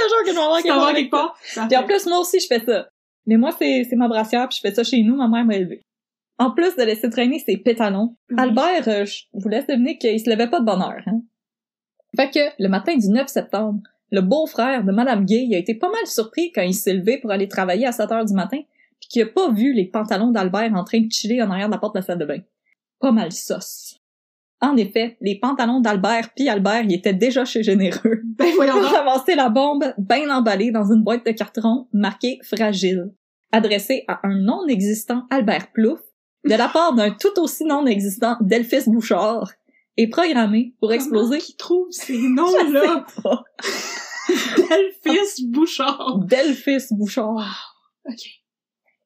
jure que je m'en vais
Tu t'en vas
avec
quelque
ça.
part?
Puis en plus, moi aussi, je fais ça. Mais moi, c'est c'est ma brassière, puis je fais ça chez nous, ma mère m'a élevée. En plus de laisser traîner ses pétalons,
Oui.
Albert, euh, je vous laisse deviner qu'il se levait pas de bonne heure. Hein? Fait que, le matin du 9 septembre, le beau-frère de Madame Gay a été pas mal surpris quand il s'est levé pour aller travailler à 7 heures du matin, puis qu'il a pas vu les pantalons d'Albert en train de chiller en arrière de la porte de la salle de bain. Pas mal sauce. En effet, les pantalons d'Albert puis Albert, ils étaient déjà chez Généreux
Ben voyons donc.
ramasser la bombe bien emballée dans une boîte de carton marquée fragile, adressée à un non existant Albert Plouf, de la part d'un tout aussi non existant Delphis Bouchard, et programmée pour exploser.
Comment qu'ils trouvent ces noms-là?
Je sais pas.
Delphis Bouchard.
Delphis Bouchard.
OK.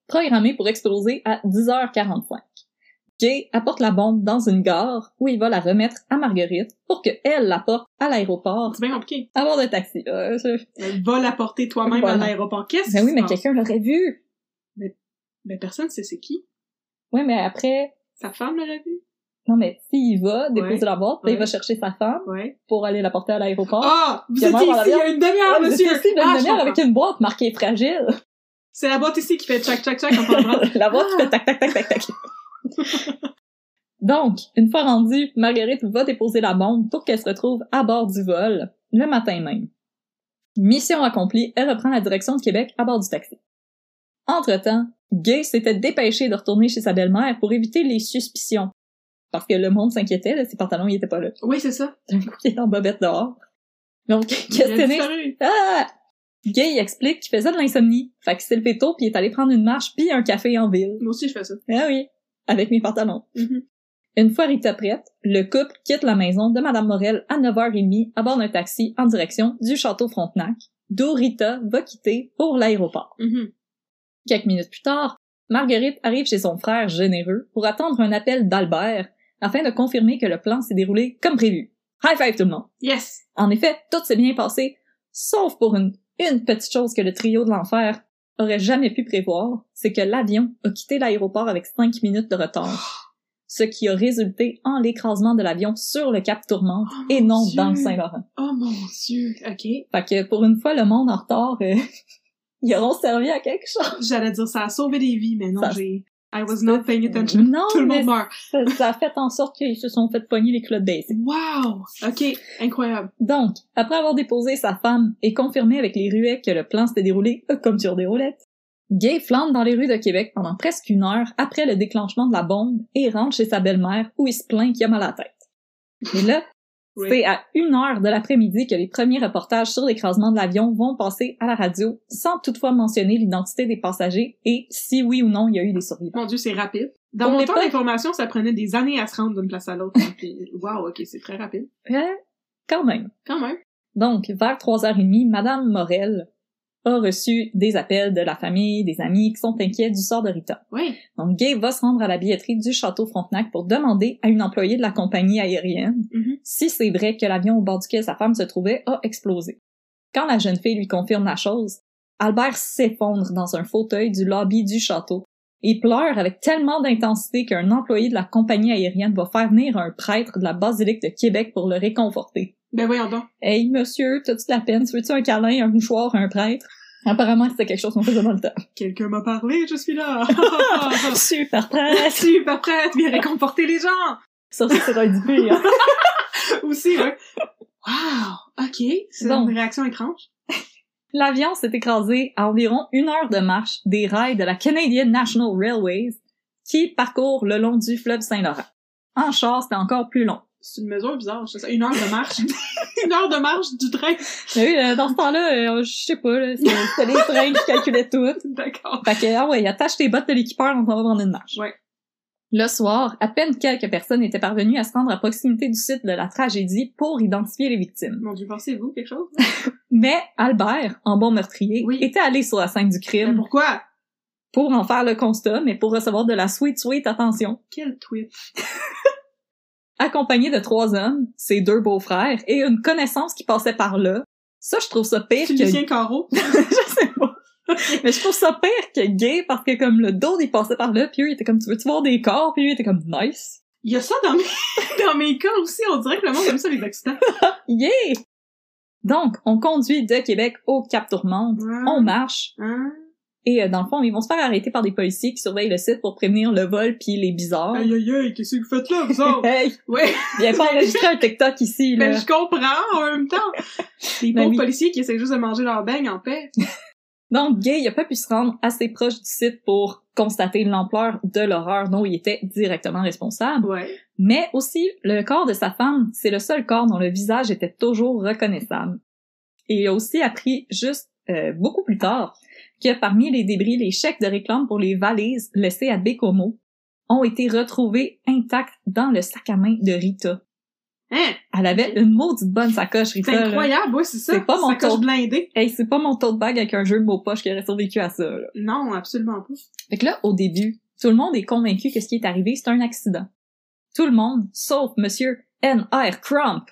Programmé pour exploser à 10h45. Jay apporte la bombe dans une gare où il va la remettre à Marguerite pour qu'elle l'apporte à l'aéroport
C'est bien compliqué.
à bord de taxi. Euh, je-
Elle va l'apporter toi-même à
Voilà.
l'aéroport. Qu'est-ce
Ben
qui
oui,
se
mais
passe?
quelqu'un l'aurait vu.
Mais personne sait c'est qui.
Oui, mais après,
Sa femme l'a vu.
non mais s'il va déposer
Ouais.
la bombe, puis il va
Ouais.
chercher sa femme
Ouais.
pour aller la porter à l'aéroport.
Ah! Vous
Puis elle
étiez
meurt dans
ici il y a une demi-heure,
Ouais,
monsieur!
c'est aussi une
Ah, je
demi-heure avec
comprends.
une boîte marquée fragile.
C'est la boîte ici qui fait tchac tchac tchac en parlant.
la boîte qui fait tac tac tac tac tac. Donc, une fois rendue, Marguerite va déposer la bombe pour qu'elle se retrouve à bord du vol le matin même. Mission accomplie, elle reprend la direction de Québec à bord du taxi. Entre-temps, Gay s'était dépêché de retourner chez sa belle-mère pour éviter les suspicions. Parce que le monde s'inquiétait, là, ses pantalons n'étaient pas là.
Oui, c'est ça.
D'un coup, il est en bobette dehors. Donc,
Il a
questionné
disparu.
ah! Gay explique qu'il faisait de l'insomnie. Fait qu'il s'est levé tôt puis il est allé prendre une marche puis un café en ville.
Moi aussi, je fais ça.
Ah oui. Avec mes pantalons.
Mhm.
Une fois Rita prête, le couple quitte la maison de Madame Morel à 9h30 à bord d'un taxi en direction du château Frontenac, d'où Rita va quitter pour l'aéroport.
Mhm.
Quelques minutes plus tard, Marguerite arrive chez son frère généreux pour attendre un appel d'Albert afin de confirmer que le plan s'est déroulé comme prévu. High five tout le monde!
Yes!
En effet, tout s'est bien passé, sauf pour une, une petite chose que le trio de l'enfer aurait jamais pu prévoir, c'est que l'avion a quitté l'aéroport avec cinq minutes de retard, ce qui a résulté en l'écrasement de l'avion sur le Cap Tourmente
Oh,
et
mon
non
Dieu.
dans le Saint-Laurent.
Oh mon dieu! Ok.
Fait que pour une fois, le monde en retard, euh, ils auront servi à quelque chose.
J'allais dire ça a sauvé des vies, mais non,
Ça-
j'ai. I was not paying attention.
Non,
Tout le
mais
monde meurt.
ça, ça a fait en sorte qu'ils se sont fait pogner les clôtes baissées.
Wow! Ok, incroyable.
Donc, après avoir déposé sa femme et confirmé avec les ruets que le plan s'était déroulé euh, comme sur des roulettes, Gay flambe dans les rues de Québec pendant presque une heure après le déclenchement de la bombe et rentre chez sa belle-mère où il se plaint qu'il a mal à la tête. Et là,
Oui.
c'est à une heure de l'après-midi que les premiers reportages sur l'écrasement de l'avion vont passer à la radio sans toutefois mentionner l'identité des passagers et si oui ou non il y a eu des survivants.
Mon dieu, c'est rapide. Dans
Pour
mon temps
l'époque-
d'information, ça prenait des années à se rendre d'une place à l'autre. Puis, wow, ok, c'est très rapide.
Euh, quand même.
Quand même.
Donc, vers 3h30, Madame Morel a reçu des appels de la famille, des amis qui sont inquiets du sort de Rita.
Oui.
Donc, Gay va se rendre à la billetterie du château Frontenac pour demander à une employée de la compagnie aérienne
Mhm.
si c'est vrai que l'avion au bord duquel sa femme se trouvait a explosé. Quand la jeune fille lui confirme la chose, Albert s'effondre dans un fauteuil du lobby du château et pleure avec tellement d'intensité qu'un employé de la compagnie aérienne va faire venir un prêtre de la basilique de Québec pour le réconforter.
Ben voyons donc.
Hey, monsieur, t'as-tu de la peine? Tu veux-tu un câlin, un mouchoir, un prêtre? Apparemment, c'était quelque chose qu'on faisait dans le temps.
Quelqu'un m'a parlé, je suis là.
Super prêtre!
Super prête, viens réconforter les gens.
Ça, ça, c'est un dupé, hein.
Aussi, ouais. Wow, ok, c'est
Donc.
une réaction étrange.
L'avion s'est écrasé à environ une heure de marche des rails de la Canadian National Railways qui parcourt le long du fleuve Saint-Laurent. En char, c'était encore plus long.
C'est une mesure bizarre, je sais ça. Une heure de marche. une heure de marche du train.
Mais oui, euh, dans ce temps-là, euh, je sais pas, là, c'était c'était les trains qui calculaient tout.
D'accord.
Fait que, ah ouais, attache tes bottes de l'équipeur, on s'en va prendre une marche.
Ouais.
Le soir, à peine quelques personnes étaient parvenues à se rendre à proximité du site de la tragédie pour identifier les victimes.
Mon dieu, pensez-vous quelque chose?
Mais Albert, en bon meurtrier,
Oui.
était allé sur la scène du
Mais
crime
Ben, pourquoi?
pour en faire le constat, mais pour recevoir de la sweet sweet attention.
Quel tweet.
Accompagné de trois hommes, ses deux beaux-frères et une connaissance qui passait par là. Ça, je trouve ça pire que...
Lucien Carreau.
je sais pas. Mais je trouve ça pire que gay parce que comme le dos, il passait par là, puis eux, ils étaient comme, tu veux-tu voir des corps? Puis lui, il était comme, nice.
Il y a ça dans mes, dans mes cas aussi, on dirait que le monde aime ça les accidents.
Yeah! Donc, on conduit de Québec au Cap Tourmente, on marche,
Hein?
et euh, dans le fond, ils vont se faire arrêter par des policiers qui surveillent le site pour prévenir le vol puis les bizarres.
Hein? Aïe aïe aïe, qu'est-ce que vous faites là, vous autres?
Hey!
ouais,
Viens pas enregistrer un TikTok ici,
mais
là.
je comprends en même temps. Les
Ben
pauvres
oui.
policiers qui essaient juste de manger leur beigne en paix.
Donc, Gay, il a pas pu se rendre assez proche du site pour constater l'ampleur de l'horreur dont il était directement responsable.
Ouais.
Mais aussi, le corps de sa femme, c'est le seul corps dont le visage était toujours reconnaissable. Et il a aussi appris juste euh, beaucoup plus tard que parmi les débris, les chèques de réclame pour les valises laissées à Bécomo ont été retrouvés intacts dans le sac à main de Rita.
Hein?
Elle avait une maudite bonne sacoche, Rita.
C'est
là.
incroyable, ouais, c'est ça.
C'est pas mon
Sacoche
tour.
blindée.
Hey, c'est pas mon tote bag avec un jeu de mots poche qui aurait survécu à ça, là.
Non, absolument pas.
Fait que là, au début, tout le monde est convaincu que ce qui est arrivé, c'est un accident. Tout le monde, sauf Monsieur N.R. Crump.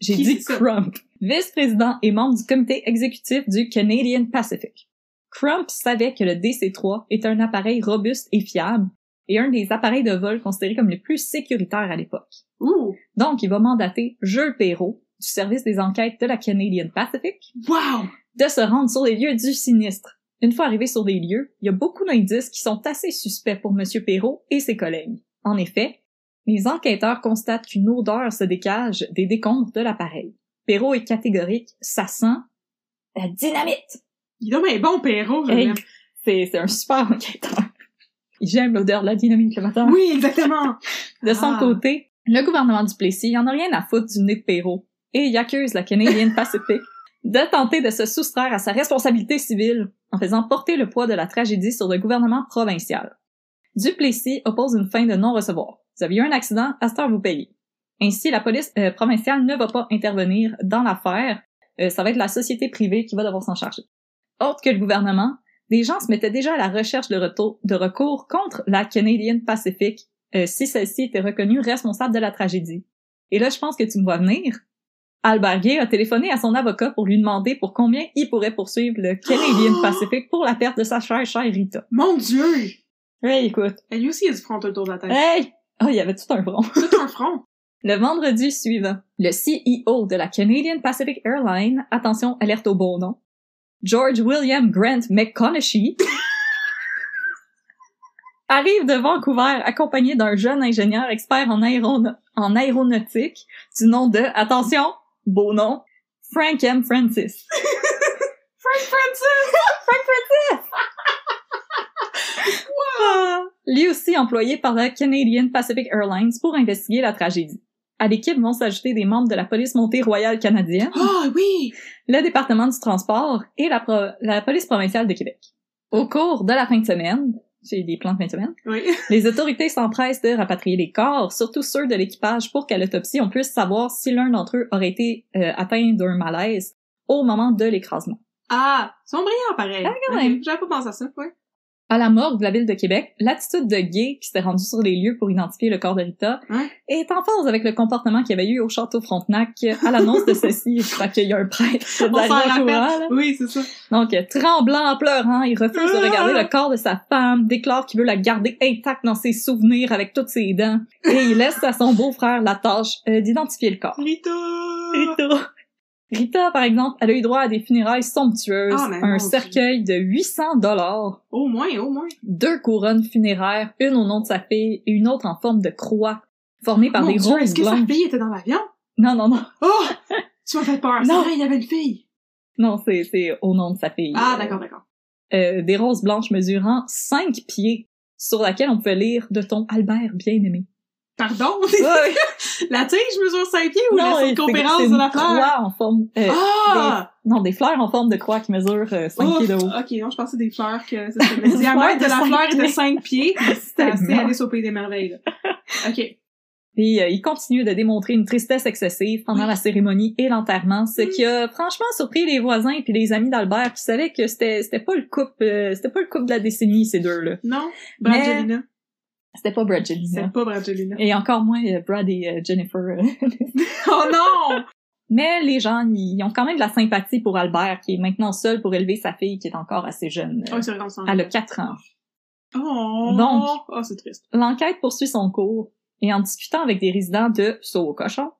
J'ai
Qui
dit
c'est ça?
Crump. Vice-président et membre du comité exécutif du Canadian Pacific. Crump savait que le DC-3 est un appareil robuste et fiable et un des appareils de vol considérés comme les plus sécuritaires à l'époque.
Ouh!
Donc, il va mandater Jules Perrault du service des enquêtes de la Canadian Pacific
Wow!
de se rendre sur les lieux du sinistre. Une fois arrivé sur les lieux, il y a beaucoup d'indices qui sont assez suspects pour M. Perrault et ses collègues. En effet, les enquêteurs constatent qu'une odeur se dégage des décombres de l'appareil. Perrault est catégorique, ça sent la dynamite!
Il est mais bon, Perrault, je
Hey.
l'aime.
C'est c'est un super enquêteur. J'aime l'odeur de la dynamite le matin.
Oui, exactement!
De son
Ah.
côté, le gouvernement du Plessis en a rien à foutre du nez de Perrault et il accuse la Canadian Pacific de tenter de se soustraire à sa responsabilité civile en faisant porter le poids de la tragédie sur le gouvernement provincial. Duplessis oppose une fin de non-recevoir. Vous avez eu un accident, à cette heure vous payez. Ainsi, la police euh, provinciale ne va pas intervenir dans l'affaire. Euh, ça va être la société privée qui va devoir s'en charger. Autre que le gouvernement, des gens se mettaient déjà à la recherche de, retour, de recours contre la Canadian Pacific euh, si celle-ci était reconnue responsable de la tragédie. Et là, je pense que tu me vois venir. Albert Gay a téléphoné à son avocat pour lui demander pour combien il pourrait poursuivre le Canadian
Oh!
Pacific pour la perte de sa chère, chère Rita.
Mon Dieu!
Hey, écoute.
Et lui aussi, il a du front tout le tour de la tête.
Hey! Oh, il y avait tout un front.
Tout un front!
Le vendredi suivant, le CEO de la Canadian Pacific Airlines, attention, alerte au bon nom, George William Grant McConaughey, arrive de Vancouver accompagné d'un jeune ingénieur expert en, aéron- en aéronautique du nom de, attention, beau nom, Frank M. Francis.
Francis!
Ah! Lui aussi employé par la Canadian Pacific Airlines pour investiguer la tragédie. À l'équipe vont s'ajouter des membres de la police montée royale canadienne,
Ah oui!
le département du transport et la, pro- la police provinciale de Québec. Au cours de la fin de semaine, j'ai des plans de fin de semaine,
Oui.
les autorités s'empressent de rapatrier les corps, surtout ceux de l'équipage, pour qu'à l'autopsie, on puisse savoir si l'un d'entre eux aurait été euh, atteint d'un malaise au moment de l'écrasement.
Ah! Ils sont brillants, pareil.
Ah, quand même.
Ok, J'avais pas pensé à ça, ouais.
À la morgue de la ville de Québec, l'attitude de Gay, qui s'était rendu sur les lieux pour identifier le corps de Rita,
Ouais.
est en phase avec le comportement qu'il y avait eu au château Frontenac à l'annonce de ceci. Je crois qu'il y a un prêtre qui est
On s'en
arrivé en
rappelle.
courant, là.
Oui, c'est ça.
Donc, euh, tremblant, en pleurant, il refuse de regarder le corps de sa femme, déclare qu'il veut la garder intacte dans ses souvenirs avec toutes ses dents, et il laisse à son beau-frère la tâche euh, d'identifier le corps.
Rita! Ah.
Rita. Rita, par exemple, elle a eu droit à des funérailles somptueuses,
Ah, mais mon
un
Dieu.
cercueil de 800 dollars,
Au moins, au moins.
deux couronnes funéraires, une au nom de sa fille et une autre en forme de croix, formée par
Oh Mon
des
Dieu,
roses
est-ce que sa
blanches.
fille était dans l'avion?
Non, non, non.
Oh! Tu m'as fait peur.
Non.
Non! il y avait une fille.
Non, c'est c'est au nom de sa fille.
Ah,
Euh,
d'accord, d'accord.
euh, des roses blanches mesurant 5 pieds, sur laquelle on pouvait lire de ton Albert bien-aimé.
Pardon?
Ouais.
la tige mesure 5 pieds ou la
c'est- c'est
circonférence de
une
la fleur?
croix en forme... euh,
Ah! Oh!
Non, des fleurs en forme de croix qui mesurent euh, 5
Ouf,
pieds de haut.
ok, non, je pensais des fleurs que c'était le
Une fleur
diamètre
de
de la
cinq
fleur était
pieds.
5 pieds. C'était
C'était
assez
énorme.
Alice au Pays des Merveilles. là. Ok.
Puis euh, il continue de démontrer une tristesse excessive pendant
Oui.
la cérémonie et l'enterrement, ce
Mm.
qui a franchement surpris les voisins et puis les amis d'Albert qui savaient que c'était c'était pas le couple euh, c'était pas le couple de la décennie ces deux-là.
Non?
Mais-
Brangelina.
C'était pas Brad Jelena.
C'est pas Brangelina.
Et encore moins euh, Brad et euh, Jennifer. euh,
Oh non!
Mais les gens, ils ont quand même de la sympathie pour Albert, qui est maintenant seul pour élever sa fille, qui est encore assez jeune.
Oh, c'est vraiment
Elle a 4 ans.
Oh!
Donc.
Oh, c'est triste.
L'enquête poursuit son cours, et en discutant avec des résidents de Saut au cochon,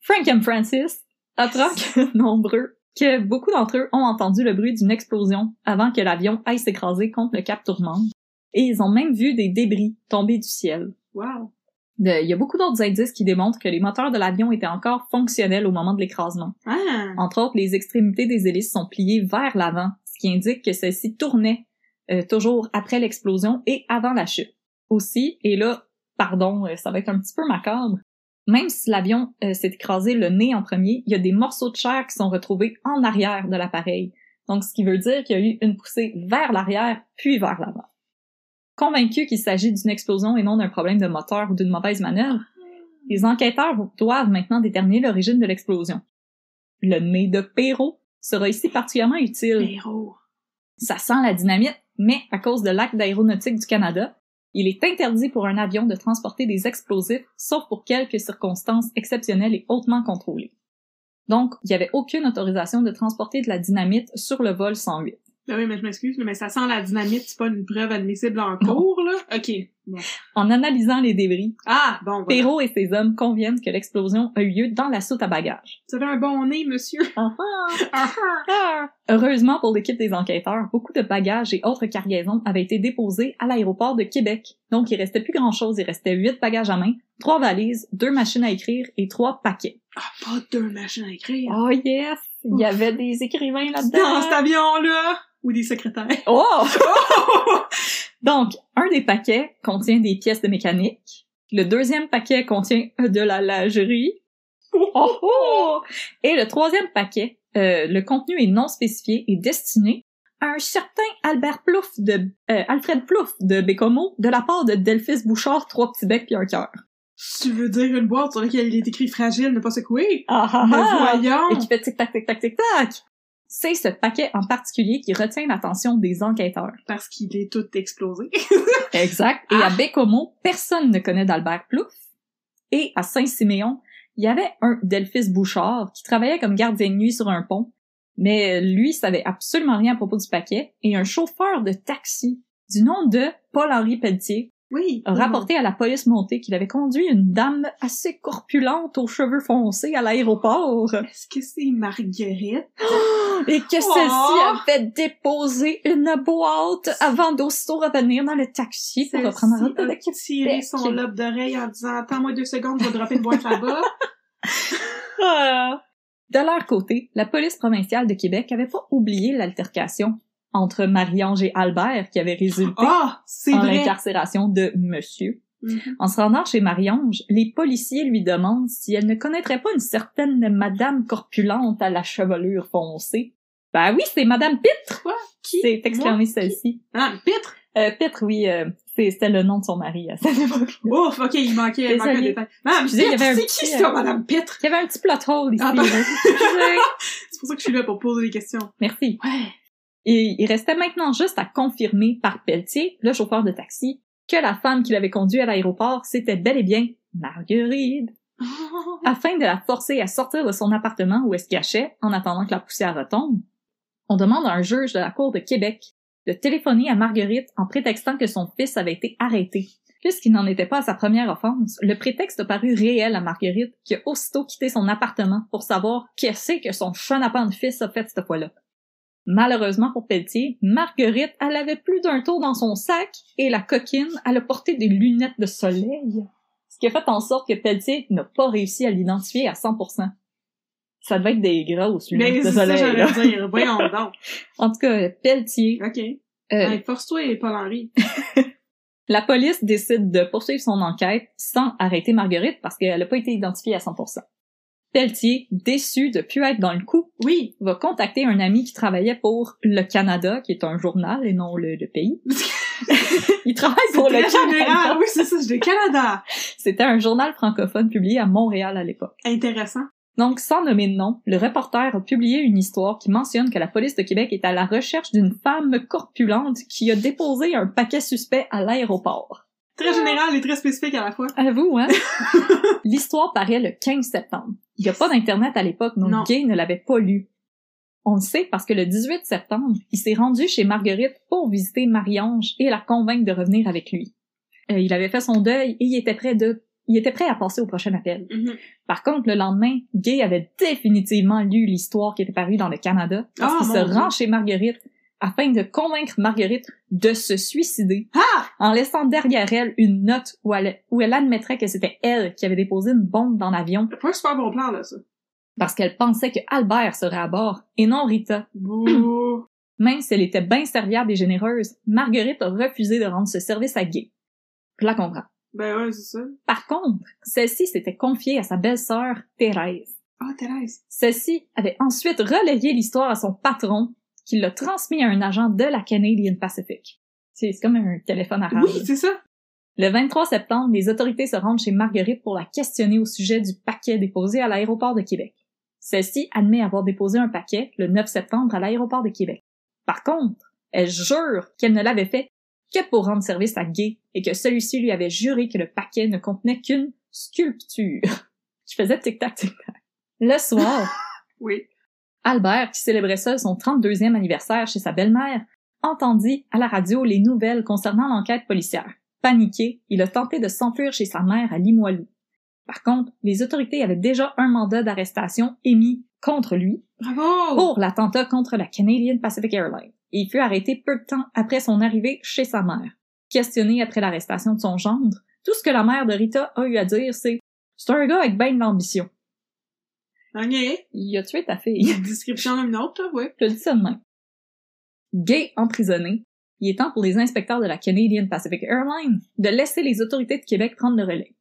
Frank M. Francis apprend que nombreux, que beaucoup d'entre eux ont entendu le bruit d'une explosion avant que l'avion aille s'écraser contre le Cap Tourmente, et ils ont même vu des débris tomber du ciel.
Wow.
De- Il y a beaucoup d'autres indices qui démontrent que les moteurs de l'avion étaient encore fonctionnels au moment de l'écrasement.
Ah!
Entre autres, les extrémités des hélices sont pliées vers l'avant, ce qui indique que celles-ci tournaient euh, toujours après l'explosion et avant la chute. Aussi, et là, pardon, euh, ça va être un petit peu macabre, même si l'avion euh, s'est écrasé le nez en premier, il y a des morceaux de chair qui sont retrouvés en arrière de l'appareil. Donc, ce qui veut dire qu'il y a eu une poussée vers l'arrière, puis vers l'avant. Convaincu qu'il s'agit d'une explosion et non d'un problème de moteur ou d'une mauvaise manœuvre, Les enquêteurs doivent maintenant déterminer l'origine de l'explosion. Le nez de Perrault sera ici particulièrement utile.
Héros.
Ça sent la dynamite, mais à cause de l'acte d'aéronautique du Canada, il est interdit pour un avion de transporter des explosifs, sauf pour quelques circonstances exceptionnelles et hautement contrôlées. Donc, il n'y avait aucune autorisation de transporter de la dynamite sur le vol 108.
Ben oui, mais je m'excuse, mais ça sent la dynamite, c'est pas une preuve admissible en cours, là. OK. Bon.
En analysant les débris,
Ah, bon, voilà.
Perrault et ses hommes conviennent que l'explosion a eu lieu dans la soute à bagages.
Vous avez un bon nez, monsieur.
Ah ah! Ah! Heureusement pour l'équipe des enquêteurs, beaucoup de bagages et autres cargaisons avaient été déposés à l'aéroport de Québec. Donc, il restait plus grand chose. Il restait huit bagages à main, trois valises, deux machines à écrire et trois paquets.
ah, pas deux machines à écrire.
Oh yes! Il y avait des écrivains
Dans cet
là-dedans.
avion-là! Ou des secrétaires.
Oh! Donc, un des paquets contient des pièces de mécanique. Le deuxième paquet contient de la lingerie. Oh, oh! Et le troisième paquet, euh, le contenu est non spécifié et destiné à un certain Albert Plouf de euh, Alfred Plouf de Bécomo de la part de Delphis Bouchard, trois petits becs puis un cœur.
Tu veux dire une boîte sur laquelle il est écrit fragile, ne pas secouer?
Ah ah
Mais
ah! Et
voyons!
qui fait tic tac tic tac tic tac. C'est ce paquet en particulier qui retient l'attention des enquêteurs.
Parce qu'il est tout explosé.
Exact. Et à
Ah!
Bécomo, personne ne connaît d'Albert Plouf. Et à Saint-Siméon, il y avait un Delphis Bouchard qui travaillait comme gardien de nuit sur un pont, mais lui savait absolument rien à propos du paquet, et un chauffeur de taxi du nom de Paul-Henri Pelletier
Oui.
a rapporté à la police montée qu'il avait conduit une dame assez corpulente aux cheveux foncés à l'aéroport
Est-ce que c'est Marguerite?
et que
Oh!
celle-ci avait déposé une boîte avant d'aussi revenir dans le taxi pour reprendre la route de
Celle-ci a tiré son
Québec.
lobe d'oreille en disant « Attends-moi deux secondes, je vais dropper une boîte là-bas.
Ah. De leur côté, la police provinciale de Québec avait pas oublié l'altercation entre Marie-Ange et Albert qui avait résulté »
Ah! C'est
en
vrai!
l'incarcération de monsieur.
Mhm.
En se rendant chez Marie-Ange, les policiers lui demandent si elle ne connaîtrait pas une certaine madame corpulente à la chevelure foncée. Ben oui, c'est madame Pitre!
Quoi? Qui?
C'est exclamé
Moi?
celle-ci.
Madame Pitre!
Euh, Pitre, oui, euh, c'est- c'était le nom de son mari à cette époque.
Ouf, ok, il manquait, il manquait un
Désolée.
détail. Madame
Excusez, il y
Pitre,
avait un
c'est
petit,
qui
euh,
ça, Madame Pitre?
Il y avait un petit plot hole ici.
Ah ben.
Excusez.
C'est pour ça que je suis là, pour poser des questions.
Merci.
Ouais.
Et il restait maintenant juste à confirmer par Pelletier, le chauffeur de taxi, que la femme qui l'avait conduit à l'aéroport, c'était bel et bien Marguerite, afin de la forcer à sortir de son appartement où elle se cachait en attendant que la poussière retombe. On demande à un juge de la Cour de Québec de téléphoner à Marguerite en prétextant que son fils avait été arrêté. Puisqu'il n'en était pas à sa première offense, le prétexte a paru réel à Marguerite qui a aussitôt quitté son appartement pour savoir qu'est-ce que son chenapan de fils a fait cette fois-là. Malheureusement pour Pelletier, Marguerite, elle avait plus d'un tour dans son sac et la coquine, elle a porté des lunettes de soleil. Ce qui a fait en sorte que Pelletier n'a pas réussi à l'identifier à 100%. Ça devait être des grosses
Mais
lunettes de
c'est ça,
soleil.
j'allais
là.
dire. Voyons donc.
En tout cas, Pelletier,
Ok.
euh,
Hey, Force-toi, Paul-Henri.
la police décide de poursuivre son enquête sans arrêter Marguerite parce qu'elle n'a pas été identifiée à 100%. Pelletier, déçu de plus être dans le coup,
Oui.
va contacter un ami qui travaillait pour Le Canada, qui est un journal et non le, le pays. Il travaille
C'est
pour Le
très général.
Canada.
Oui, c'est ça, je dis Canada.
C'était un journal francophone publié à Montréal à l'époque.
Intéressant.
Donc, sans nommer de nom, le reporter a publié une histoire qui mentionne que la police de Québec est à la recherche d'une femme corpulente qui a déposé un paquet suspect à l'aéroport.
Très général et très spécifique à la fois.
À vous, hein? L'histoire paraît le 15 septembre. Il n'y a pas d'Internet à l'époque, donc
Non.
Gay ne l'avait pas lu. On le sait parce que le 18 septembre, il s'est rendu chez Marguerite pour visiter Marie-Ange et la convaincre de revenir avec lui. Euh, il avait fait son deuil et il était prêt de, il était prêt à passer au prochain appel.
Mhm.
Par contre, le lendemain, Gay avait définitivement lu l'histoire qui était parue dans le Canada parce
Ah,
qu'il
mon
se
Dieu.
rend chez Marguerite afin de convaincre Marguerite de se suicider
Ah!
en laissant derrière elle une note où elle, où elle admettrait que c'était elle qui avait déposé une bombe dans l'avion
C'est pas un super bon plan, là, ça.
parce qu'elle pensait que Albert serait à bord et non Rita.
Bouh.
Même si elle était bien serviable et généreuse, Marguerite a refusé de rendre ce service à Gay. Je la comprends.
ben ouais, c'est ça.
Par contre, celle-ci s'était confiée à sa belle-sœur Thérèse.
Ah, Thérèse.
Celle-ci avait ensuite relayé l'histoire à son patron, qui l'a transmis à un agent de la Canadian Pacific. C'est c'est comme un téléphone arabe.
Oui, c'est ça.
Le 23 septembre, les autorités se rendent chez Marguerite pour la questionner au sujet du paquet déposé à l'aéroport de Québec. Celle-ci admet avoir déposé un paquet le 9 septembre à l'aéroport de Québec. Par contre, elle jure qu'elle ne l'avait fait que pour rendre service à Gay et que celui-ci lui avait juré que le paquet ne contenait qu'une sculpture. Je faisais tic-tac, tic-tac. Le soir,
Oui.
Albert, qui célébrait seul son 32e anniversaire chez sa belle-mère, entendit à la radio les nouvelles concernant l'enquête policière. Paniqué, il a tenté de s'enfuir chez sa mère à Limoilou. Par contre, les autorités avaient déjà un mandat d'arrestation émis contre lui
Bravo!
pour l'attentat contre la Canadian Pacific Airlines. Et il fut arrêté peu de temps après son arrivée chez sa mère. Questionné après l'arrestation de son gendre, tout ce que la mère de Rita a eu à dire, c'est « C'est un gars avec ben de l'ambition.
Ok.
Il a tué ta fille. »
Description d'une autre, là, ouais.
Je le dis ça de même. Gay emprisonné, il est temps pour les inspecteurs de la Canadian Pacific Airlines de laisser les autorités de Québec prendre le relais.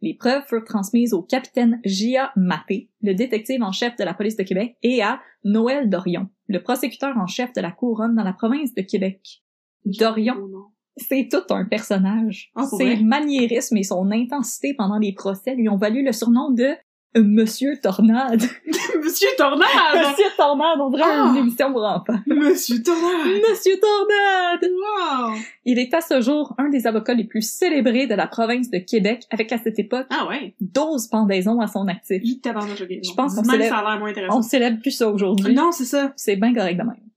Les preuves furent transmises au capitaine Gia Maté, le détective en chef de la police de Québec, et à Noël Dorion, le prosécuteur en chef de la couronne dans la province de Québec. Dorion,
Oh, non.
c'est tout un personnage.
Ah, pour
Ses
vrai?
maniérismes et son intensité pendant les procès lui ont valu le surnom de Monsieur Tornade.
Monsieur Tornade!
Monsieur Tornade, on dirait
Ah!
une émission pour enfants.
Monsieur Tornade!
Monsieur Tornade!
Wow!
Il est à ce jour un des avocats les plus célébrés de la province de Québec, avec à cette époque
Ah ouais!
12 pendaisons à son actif.
Vite tabarnouche, ok.
Je
non.
pense qu'on
Même
s'élève-
ça a l'air moins intéressant.
On célèbre plus ça aujourd'hui.
Non, c'est ça.
C'est bien correct de même.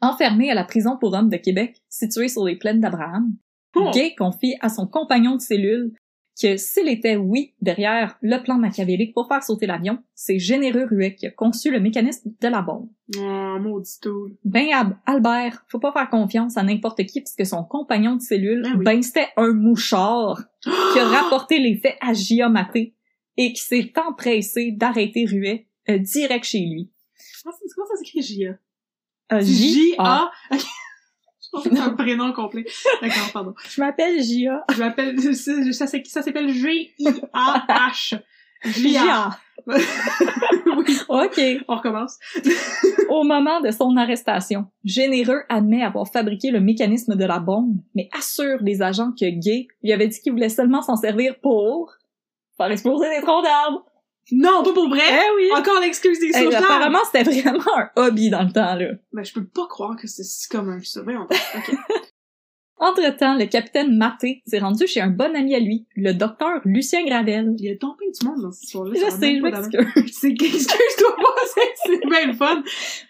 Enfermé à la prison pour hommes de Québec, située sur les plaines d'Abraham,
Oh.
Gay confie à son compagnon de cellule que s'il était, oui, derrière le plan machiavélique pour faire sauter l'avion, c'est généreux Ruet qui a conçu le mécanisme de la bombe.
Oh, maudit tout.
Ben, Ab- Albert, faut pas faire confiance à n'importe qui puisque son compagnon de cellule,
Ben
ben,
oui.
c'était un mouchard qui a rapporté les faits à Giamaté et qui s'est empressé d'arrêter Ruet euh, direct chez lui.
Comment ça- comment ça s'écrit J.A.?
Euh, J.A.
J.A. Ok. Je pense que c'est un prénom complet. D'accord, pardon.
Je m'appelle J.A.
Je l'appelle, je sais- je- ça, s'é- ça s'appelle G-I-A-H. J.A.
J.A.
oui.
OK.
On recommence.
Au moment de son arrestation, Généreux admet avoir fabriqué le mécanisme de la bombe, mais assure les agents que Gay lui avait dit qu'il voulait seulement s'en servir pour faire exploser des troncs d'arbres.
Non, pas pour vrai!
oui!
Encore l'excuse des
Hey,
sources
Eh. apparemment, c'était vraiment un hobby dans le temps, là.
Ben, je peux pas croire que c'est si commun que ça. Voyons donc. Ok.
Entre-temps, le capitaine Maté s'est rendu chez un bon ami à lui, le docteur Lucien Gravel.
Il y a tant plein du monde dans cette histoire-là.
Je
ça va
sais, je
même pas
m'excuse.
d'allure. C'est excuse-toi pas, c'est- c'est bien le fun.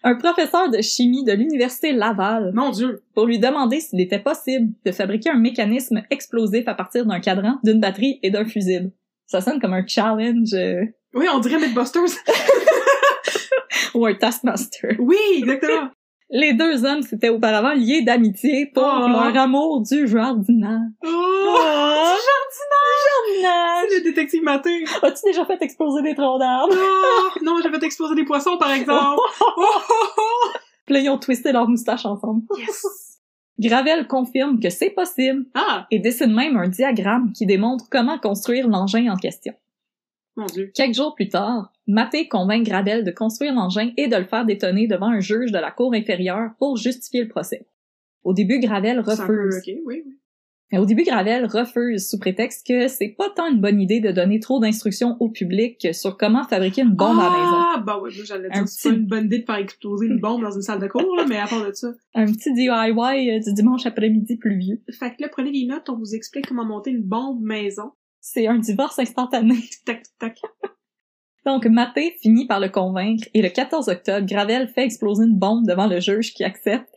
Un professeur de chimie de l'université Laval
Mon dieu.
pour lui demander s'il était possible de fabriquer un mécanisme explosif à partir d'un cadran, d'une batterie et d'un fusible. Ça sonne comme un challenge euh,
Oui, on dirait Mythbusters.
ou un taskmaster.
Oui, exactement.
Les deux hommes s'étaient auparavant liés d'amitié pour
Oh.
leur amour du jardinage.
Oh!
Jardinage!
Le détective matin.
As-tu déjà fait exploser des troncs d'arbres?
Oh, non, j'avais explosé des poissons, par exemple. Oh, oh, oh.
Puis là, ils ont twisté leurs moustaches ensemble.
Yes.
Gravel confirme que c'est possible
Ah,
et dessine même un diagramme qui démontre comment construire l'engin en question.
mon dieu.
Quelques jours plus tard, Maté convainc Gravel de construire l'engin et de le faire détonner devant un juge de la cour inférieure pour justifier le procès. Au début, Gravel
C'est un peu,
refuse.
ok, oui, oui.
Au début, Gravel refuse sous prétexte que c'est pas tant une bonne idée de donner trop d'instructions au public sur comment fabriquer une bombe à la maison.
Ah, bah oui, moi, j'allais
Un
dire, c'est
petit-
pas une bonne idée de faire exploser une bombe dans une salle de cours, là, mais à part de ça.
Un petit DIY euh, du dimanche après-midi pluvieux.
Fait que là, prenez des notes, on vous explique comment monter une bombe maison.
C'est un divorce instantané.
Tic tac, tic tac.
Donc, Maté finit par le convaincre et le 14 octobre, Gravel fait exploser une bombe devant le juge qui accepte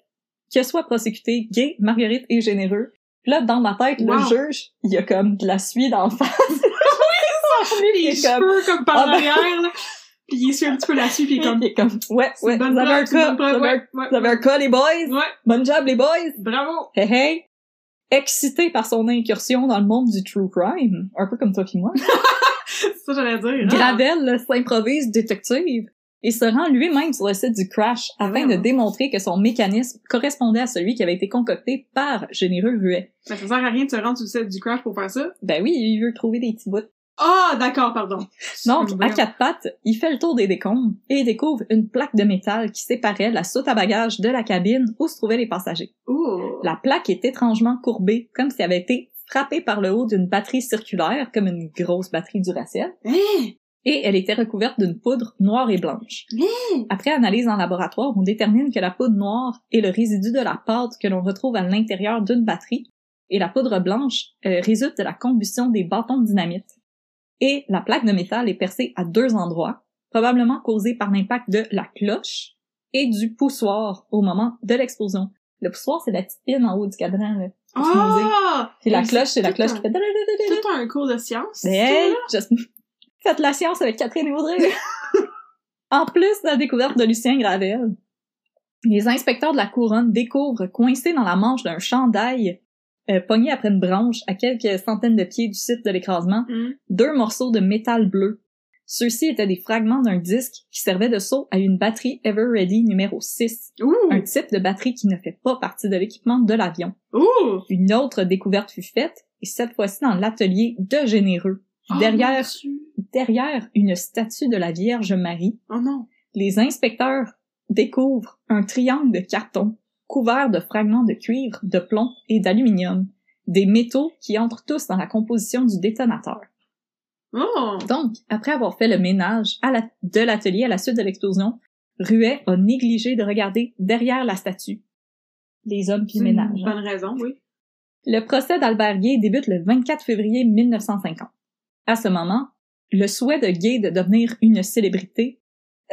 que soit prosécuté gay, Marguerite et généreux. Puis là, dans ma tête, le
Wow.
juge, il y a comme de la suie d'en face.
Les
il est comme,
cheveux comme par
Ah, ben-
l'arrière, là. Puis il suit un petit peu la suite, puis il est comme...
il est comme, ouais,
c'est
ouais,
une
vous
bonne
avez un
blague, c'est une
cas,
bonne
vous avez un-
blague, ouais, ouais,
vous avez un cas, les boys!
Ouais,
Bonne job, les boys!
bravo!
Hey, hey! Excité par son incursion dans le monde du true crime, un peu comme toi puis moi,
C'est ça que j'allais dire. hein.
Gravel là, s'improvise détective et se rend lui-même sur le site du crash afin de
Vraiment?
démontrer que son mécanisme correspondait à celui qui avait été concocté par Généreux Ruet.
Mais ça sert à rien de se rendre sur le set du crash pour faire ça.
Ben oui, il veut trouver des petits bouts.
Ah, d'accord, pardon.
Donc, à
Voyons.
quatre pattes, il fait le tour des décombres et découvre une plaque de métal qui séparait la soute à bagages de la cabine où se trouvaient les passagers.
Ouh.
La plaque est étrangement courbée, comme si elle avait été frappée par le haut d'une batterie circulaire, comme une grosse batterie Duracell,
Hein?
et elle était recouverte d'une poudre noire et blanche.
Hein?
Après analyse en laboratoire, on détermine que la poudre noire est le résidu de la pâte que l'on retrouve à l'intérieur d'une batterie, et la poudre blanche euh, résulte de la combustion des bâtons de dynamite. Et la plaque de métal est percée à deux endroits, probablement causée par l'impact de la cloche et du poussoir au moment de l'explosion. Le poussoir, c'est la petite pine en haut du cadran, là. Faut se muser.
Ah!
Puis la cloche, c'est la
tout
cloche
un-
qui fait... dadadadadada.
Tout un cours de science.
Mais hey, Justin, faites la science avec Catherine et Audrey. en plus de la découverte de Lucien Gravel, les inspecteurs de la couronne découvrent, coincé dans la manche d'un chandail, euh, pogné après une branche à quelques centaines de pieds du site de l'écrasement,
Hum.
deux morceaux de métal bleu. Ceux-ci étaient des fragments d'un disque qui servait de seau à une batterie Ever Ready numéro 6,
Ouh!
un type de batterie qui ne fait pas partie de l'équipement de l'avion.
Ouh!
Une autre découverte fut faite, et cette fois-ci dans l'atelier de Généreux.
Oh,
Derrière
mon Dieu.
derrière une statue de la Vierge Marie,
Oh non.
les inspecteurs découvrent un triangle de carton couvert de fragments de cuivre, de plomb et d'aluminium, des métaux qui entrent tous dans la composition du détonateur.
Oh!
Donc, après avoir fait le ménage à la- de l'atelier à la suite de l'explosion, Ruet a négligé de regarder derrière la statue. Les hommes puis le
C'est
ménage.
Une
hein.
bonne raison, oui.
Le procès d'Albert Gay débute le 24 février 1950. À ce moment, le souhait de Gay de devenir une célébrité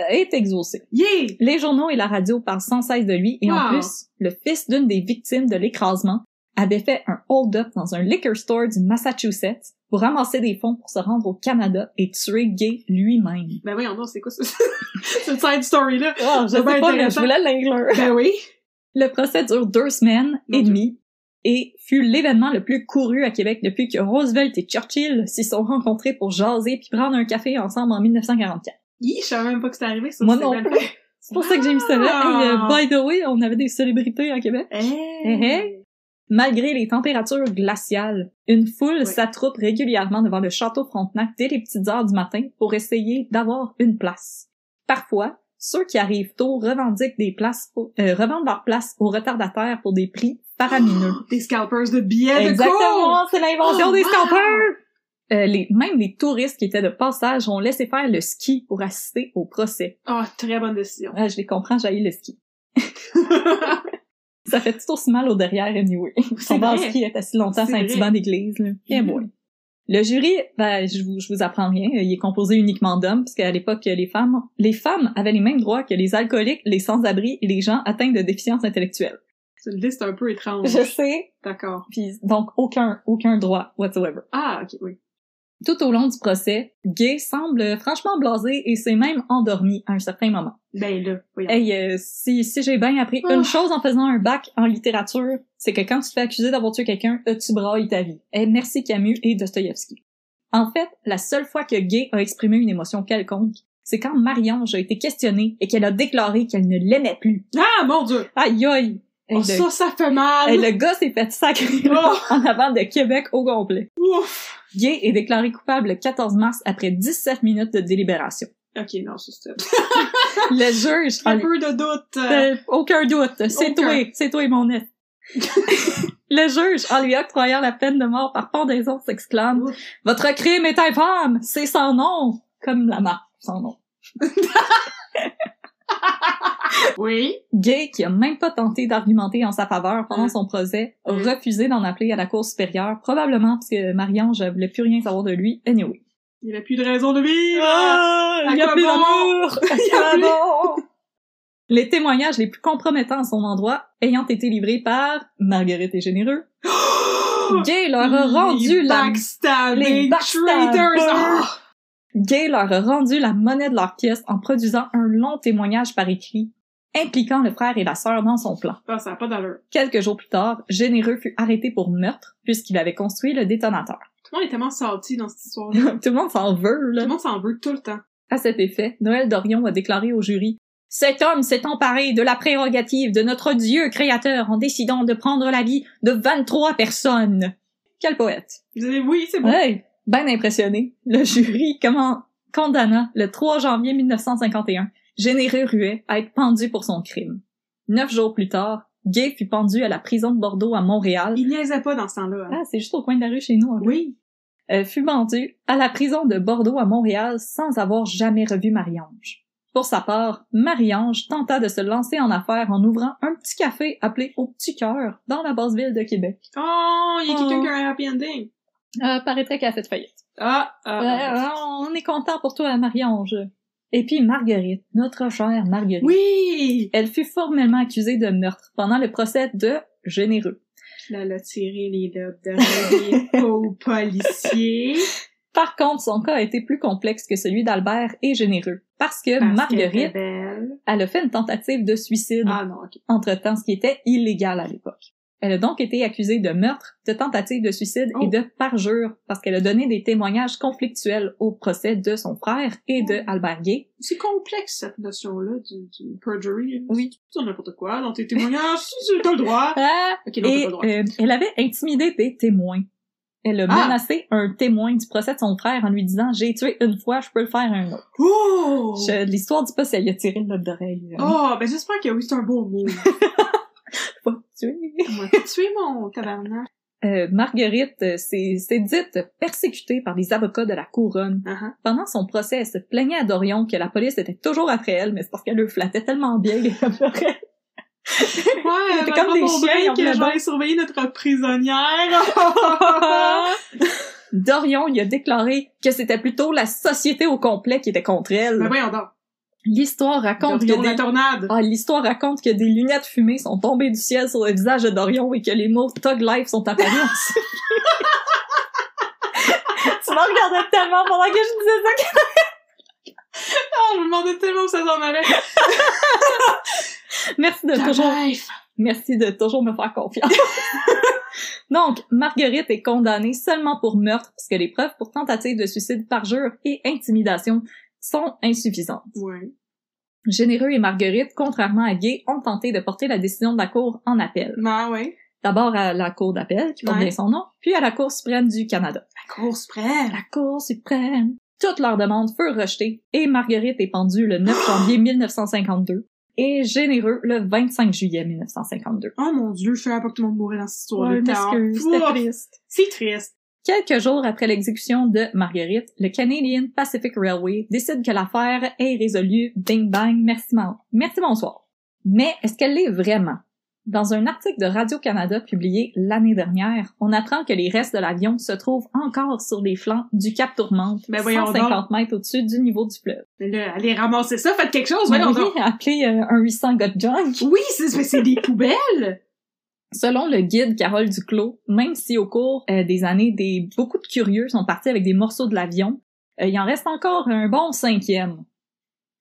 euh, est exaucé.
Yeah!
Les journaux et la radio parlent sans cesse de lui et en
Wow.
plus, le fils d'une des victimes de l'écrasement avait fait un hold-up dans un liquor store du Massachusetts pour ramasser des fonds pour se rendre au Canada et tuer Gay lui-même.
Ben voyons donc, c'est quoi ce... cette side story-là?
Oh, je
sais pas, mais je
voulais
Ben oui!
Le procès dure deux semaines
Mon
et
Dieu.
demie et fut l'événement le plus couru à Québec depuis que Roosevelt et Churchill s'y sont rencontrés pour jaser puis prendre un café ensemble en 1944.
Hi, je savais même pas que c'était arrivé, ça.
Moi
c'est
non
mal
plus.
fait.
C'est pour ça que j'ai mis ça là.
Ah!
Hey, euh, by the way, on avait des célébrités à Québec.
Hey!
hey. Malgré les températures glaciales, une foule
Ouais.
s'attroupe régulièrement devant le château Frontenac dès les petites heures du matin pour essayer d'avoir une place. Parfois, ceux qui arrivent tôt revendiquent des places, au- euh, revendent leurs places aux retardataires pour des prix faramineux.
Des scalpers de billets de cours!
Exactement, c'est l'invention
Oh,
des
wow!
scampeurs! Euh, les, même les touristes qui étaient de passage ont laissé faire le ski pour assister au procès.
Oh, très bonne décision.
Ah, je les comprends, j'haïs le ski. Ça fait tout aussi mal au derrière, anyway. Son bas
vrai.
ski est assis longtemps sur un
C'est
petit
vrai.
banc d'église, là. Eh
Mhm.
boy. Le jury, ben, je vous, je vous apprends rien. Il est composé uniquement d'hommes, parce qu'à l'époque, les femmes, les femmes avaient les mêmes droits que les alcooliques, les sans-abri et les gens atteints de déficience intellectuelle.
C'est une liste un peu étrange.
Je sais.
D'accord.
Puis, donc, aucun, aucun droit, whatsoever.
Ah, ok, oui.
Tout au long du procès, Gay semble franchement blasé et s'est même endormi à un certain moment.
Ben là, voyons.
Hey, euh, si, si j'ai bien appris
Ah.
une chose en faisant un bac en littérature, c'est que quand tu te fais accuser d'avoir tué quelqu'un, euh, tu brailles ta vie. Eh, merci Camus et Dostoïevski. En fait, la seule fois que Gay a exprimé une émotion quelconque, c'est quand Marie-Ange a été questionnée et qu'elle a déclaré qu'elle ne l'aimait plus.
Ah, mon Dieu!
Aïe aïe! Eh,
Oh,
le,
ça, ça fait
eh,
mal!
le gars s'est fait sacrer
Ah, Oh,
en avant de Québec au complet.
ouf!
Gay est déclaré coupable le 14 mars après 17 minutes de délibération.
Ok, non, ça c'était...
Le juge, en
Un peu de doute!
Euh, aucun doute. C'est
Aucun.
toi. C'est toi, mon nez. Le juge, en lui octroyant la peine de mort par pendaison, s'exclame
Ouf.
Votre crime est infâme! C'est sans nom! Comme la marque, sans nom.
Oui?
Gay, qui a même pas tenté d'argumenter en sa faveur pendant
Mm.
son procès, a
Mm.
refusé d'en appeler à la Cour supérieure, probablement parce que Marie-Ange voulait plus rien savoir de lui. Anyway.
Il a plus de raison de vivre!
Ah! il y a
quoi
plus
bon?
d'amour!
y a
Ah
plus-
non! Les témoignages les plus compromettants à son endroit ayant été livrés par Marguerite et Généreux, Gay leur a rendu la
les
les
backstabbing
backstabbers.
traitors! Ah!
Gay leur a rendu la monnaie de leur pièce en produisant un long témoignage par écrit impliquant le frère et la sœur dans son plan.
Oh, Ah, ça n'a pas d'allure.
Quelques jours plus tard, Généreux fut arrêté pour meurtre puisqu'il avait construit le détonateur.
Tout le monde est tellement sorti dans cette histoire
Tout le monde s'en veut,
Tout
là.
le monde s'en veut tout le temps.
À cet effet, Noël Dorion a déclaré au jury Cet homme s'est emparé de la prérogative de notre Dieu créateur en décidant de prendre la vie de 23 personnes. Quel poète!
Vous allez, oui, c'est bon.
Ouais, ben impressionné. Le jury comment condamna le 3 janvier 1951 Généreux Ruet à être pendu pour son crime. Neuf jours plus tard, gay fut pendu à la prison de Bordeaux à Montréal.
Il niaisait pas dans ce temps-là. hein.
Ah, c'est juste au coin de la rue chez nous. en fait.
Oui.
Euh, fut pendu à la prison de Bordeaux à Montréal sans avoir jamais revu Marie-Ange. Pour sa part, Marie-Ange tenta de se lancer en affaires en ouvrant un petit café appelé Au Petit Cœur dans la basse ville de Québec.
Oh, il y a quelqu'un
Oh.
qui a un happy ending.
Euh, paraîtrait qu'elle a fait faillite.
Ah, ah, ah.
Ouais, on est content pour toi, Marie-Ange. Et puis Marguerite, notre chère Marguerite.
Oui!
Elle fut formellement accusée de meurtre pendant le procès de généreux.
Là, elle a tiré les lobes d'oreille aux policiers.
Par contre, son cas a été plus complexe que celui d'Albert et généreux, parce que
parce qu'elle était
Marguerite,
belle.
elle a fait une tentative de suicide
Ah non, ok.
entre-temps, ce qui était illégal à l'époque. Elle a donc été accusée de meurtre, de tentative de suicide
Oh.
et de parjure, parce qu'elle a donné des témoignages conflictuels au procès de son frère et de
Oh.
Albert Gay.
C'est complexe, cette notion-là du, du perjury.
Oui.
Tu dis n'importe quoi dans tes témoignages. si tu as le droit.
Ah,
Ok, non, t'as
Et
pas le droit.
euh, elle avait intimidé des témoins. Elle a
Ah!
menacé un témoin du procès de son frère en lui disant J'ai tué une fois, je peux le faire un autre.
Oh!
Je- L'histoire dit pas si elle lui a tiré le lobe d'oreille. euh,
Oh, ben j'espère que oui, c'est un beau mot.
pas tué.
Moi, tu es mon tabarnak.
Euh, Marguerite euh, s'est s'est dite persécutée par les avocats de la couronne.
Ah, ah.
Pendant son procès, elle se plaignait à Dorion que la police était toujours après elle, mais c'est parce qu'elle le flattait tellement bien les avocats.
Ouais,
C'était
ben,
comme des
prends
chiens,
ton break,
ils ont voulu
je vais
bon.
aller surveiller notre prisonnière.
Dorion lui a déclaré que c'était plutôt la société au complet qui était contre elle.
ben voyons donc.
L'histoire raconte que
Dorion,
des
la tornade.
Ah, l'histoire raconte que des lunettes fumées sont tombées du ciel sur le visage de Dorion et que les mots Tug Life sont apparus. ensuite. tu m'en regardais tellement pendant que je disais ça.
Oh, je me demandais tellement où ça s'en allait.
que- Merci de toujours,
Life.
merci de toujours me faire confiance. Donc, Marguerite est condamnée seulement pour meurtre parce que les preuves pour tentative de suicide, parjure et intimidation sont insuffisantes.
Ouais.
Généreux et Marguerite, contrairement à Gay, ont tenté de porter la décision de la Cour en appel.
Ben ouais.
D'abord à la Cour d'appel, qui porte
Ouais.
bien son nom, puis à la Cour suprême du Canada.
La course prête.
La Cour suprême. Toutes leurs demandes furent rejetées et Marguerite est pendue le 9 janvier 1952 et Généreux le 25 juillet 1952.
Oh mon dieu, je savais pas que tout le monde mourait dans cette histoire
Ouais,
de
parce que c'était triste.
C'est triste.
Quelques jours après l'exécution de Marguerite, le Canadian Pacific Railway décide que l'affaire est résolue. Bing bang, merci, mon- merci bonsoir. Mais est-ce qu'elle l'est vraiment? Dans un article de Radio-Canada publié l'année dernière, on apprend que les restes de l'avion se trouvent encore sur les flancs du Cap Tourmente,
Ben voyons
150 mètres au-dessus du niveau du fleuve.
Mais là, allez ramasser ça, faites quelque chose, voyons
On
donc.
appelé euh, un 800 Got Junk.
Oui, c'est, mais c'est des poubelles.
Selon le guide Carole Duclos, même si au cours euh, des années, des, beaucoup de curieux sont partis avec des morceaux de l'avion, euh, il en reste encore un bon cinquième.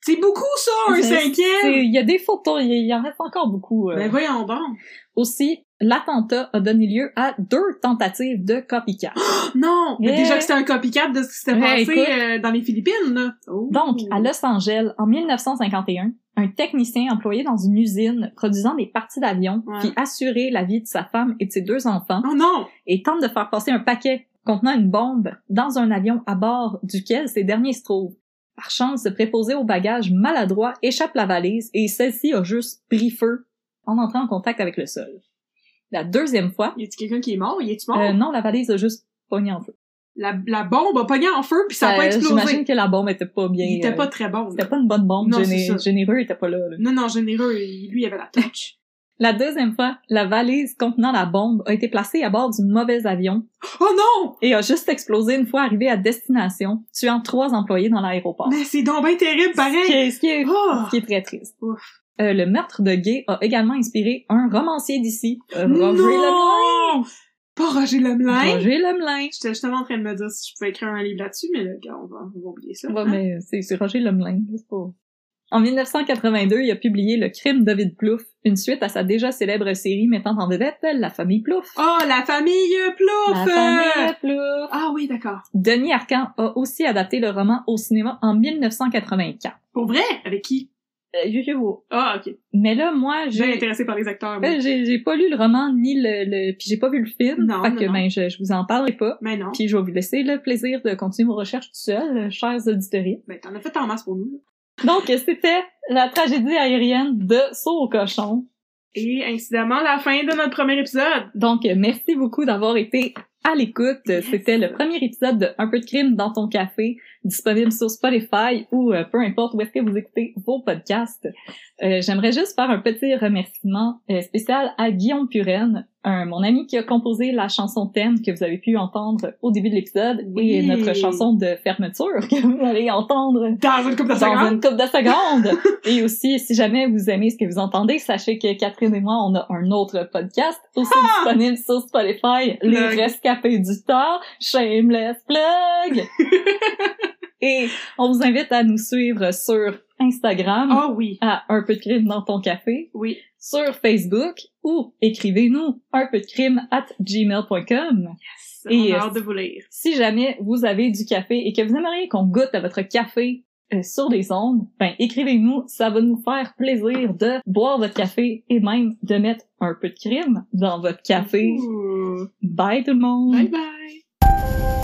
C'est beaucoup ça, un
Mais C'est-
cinquième.
Il y a des photos, il il en reste encore beaucoup. euh.
Ben voyons donc.
Aussi, l'attentat a donné lieu à deux tentatives de copycat.
Non, mais
Eh.
déjà que c'était un copycat de ce qui s'était
Eh,
passé
écoute.
euh, dans les Philippines. Là. Oh.
Donc, à Los Angeles, en 1951, un technicien employé dans une usine produisant des parties d'avion
Ouais.
qui assurait la vie de sa femme et de ses deux enfants
Oh non!
et tente de faire passer un paquet contenant une bombe dans un avion à bord duquel ces derniers se trouvent. Par chance, ce préposé au bagage maladroit échappe la valise et celle-ci a juste pris feu en entrant en contact avec le sol. La deuxième fois,
Y a-t-il quelqu'un qui est mort? Y est-tu mort?
euh, non, la valise a juste pogné en feu.
La, la bombe a pogné en feu puis ça a pas
Euh,
explosé.
J'imagine que la bombe était pas bien.
Il était pas
euh,
très bon. là.
c'était pas une bonne bombe.
Non,
Géné-
c'est ça.
généreux il était pas là, là.
Non, non, généreux, il- lui, il avait la touch.
La deuxième fois, la valise contenant la bombe a été placée à bord du mauvais avion
oh non!
et a juste explosé une fois arrivé à destination, tuant trois employés dans l'aéroport.
Mais c'est donc bien terrible,
Ce qui
pareil!
est, ce qui est-
Oh!
ce qui est très triste.
Ouf.
Euh, le meurtre de Gay a également inspiré un romancier d'ici, euh,
Non!
Roger Lemelin.
Pas Roger Lemelin!
Roger Lemelin.
J'étais justement en train de me dire si je pouvais écrire un livre là-dessus, mais là, gars, on va, on va oublier ça.
Ouais,
hein.
mais c'est c'est Roger Lemelin, c'est pas- En 1982, il a publié Le crime d'Ovid Plouffe, une suite à sa déjà célèbre série mettant en vedette la famille Plouffe.
Oh, la famille
La
Plouf!
famille Plouffe.
Ah oui, d'accord.
Denis Arcan a aussi adapté le roman au cinéma en 1984.
Pour vrai? Avec qui?
Euh, je- je vois.
Ah, ok.
Mais là, moi,
J'ai
j'ai
intéressé par les acteurs, moi.
Euh, j'ai j'ai pas lu le roman ni le, le puis j'ai pas vu le film
Non,
fait
non,
que
non.
ben je, je vous en parlerai pas
Mais non.
puis je vais vous laisser le plaisir de continuer vos recherches tout seul euh, chers auditeurs.
Ben, t'en as fait en masse pour nous.
Donc euh, c'était la tragédie aérienne de Saut au cochon
Et incidemment, la fin de notre premier épisode.
Donc, euh, merci beaucoup d'avoir été à l'écoute. Euh,
Yes.
C'était le premier épisode de Un peu de crime dans ton café, disponible sur Spotify ou euh, peu importe où est-ce que vous écoutez vos podcasts. Euh, J'aimerais juste faire un petit remerciement euh, spécial à Guillaume Puren, un- mon ami qui a composé la chanson thème que vous avez pu entendre au début de l'épisode et
Oui.
notre chanson de fermeture que vous allez entendre
Dans une couple
dans
de secondes.
une coupe de secondes. et aussi, si jamais vous aimez ce que vous entendez, sachez que Catherine et moi, on a un autre podcast aussi disponible sur Spotify, Les
Ah! Plug.
Rescapés du Temps, Shameless Plug. et on vous invite à nous suivre sur Instagram,
Ah oui.
à Un peu de crime dans ton café,
Oui.
sur Facebook ou écrivez-nous un peu de crime at gmail.com. Et,
on
euh,
a hâte de vous lire.
Si jamais vous avez du café et que vous aimeriez qu'on goûte à votre café euh, sur des ondes, ben écrivez-nous, ça va nous faire plaisir de boire votre café et même de mettre un peu de crème dans votre café.
Ouh.
Bye tout le monde.
Bye bye.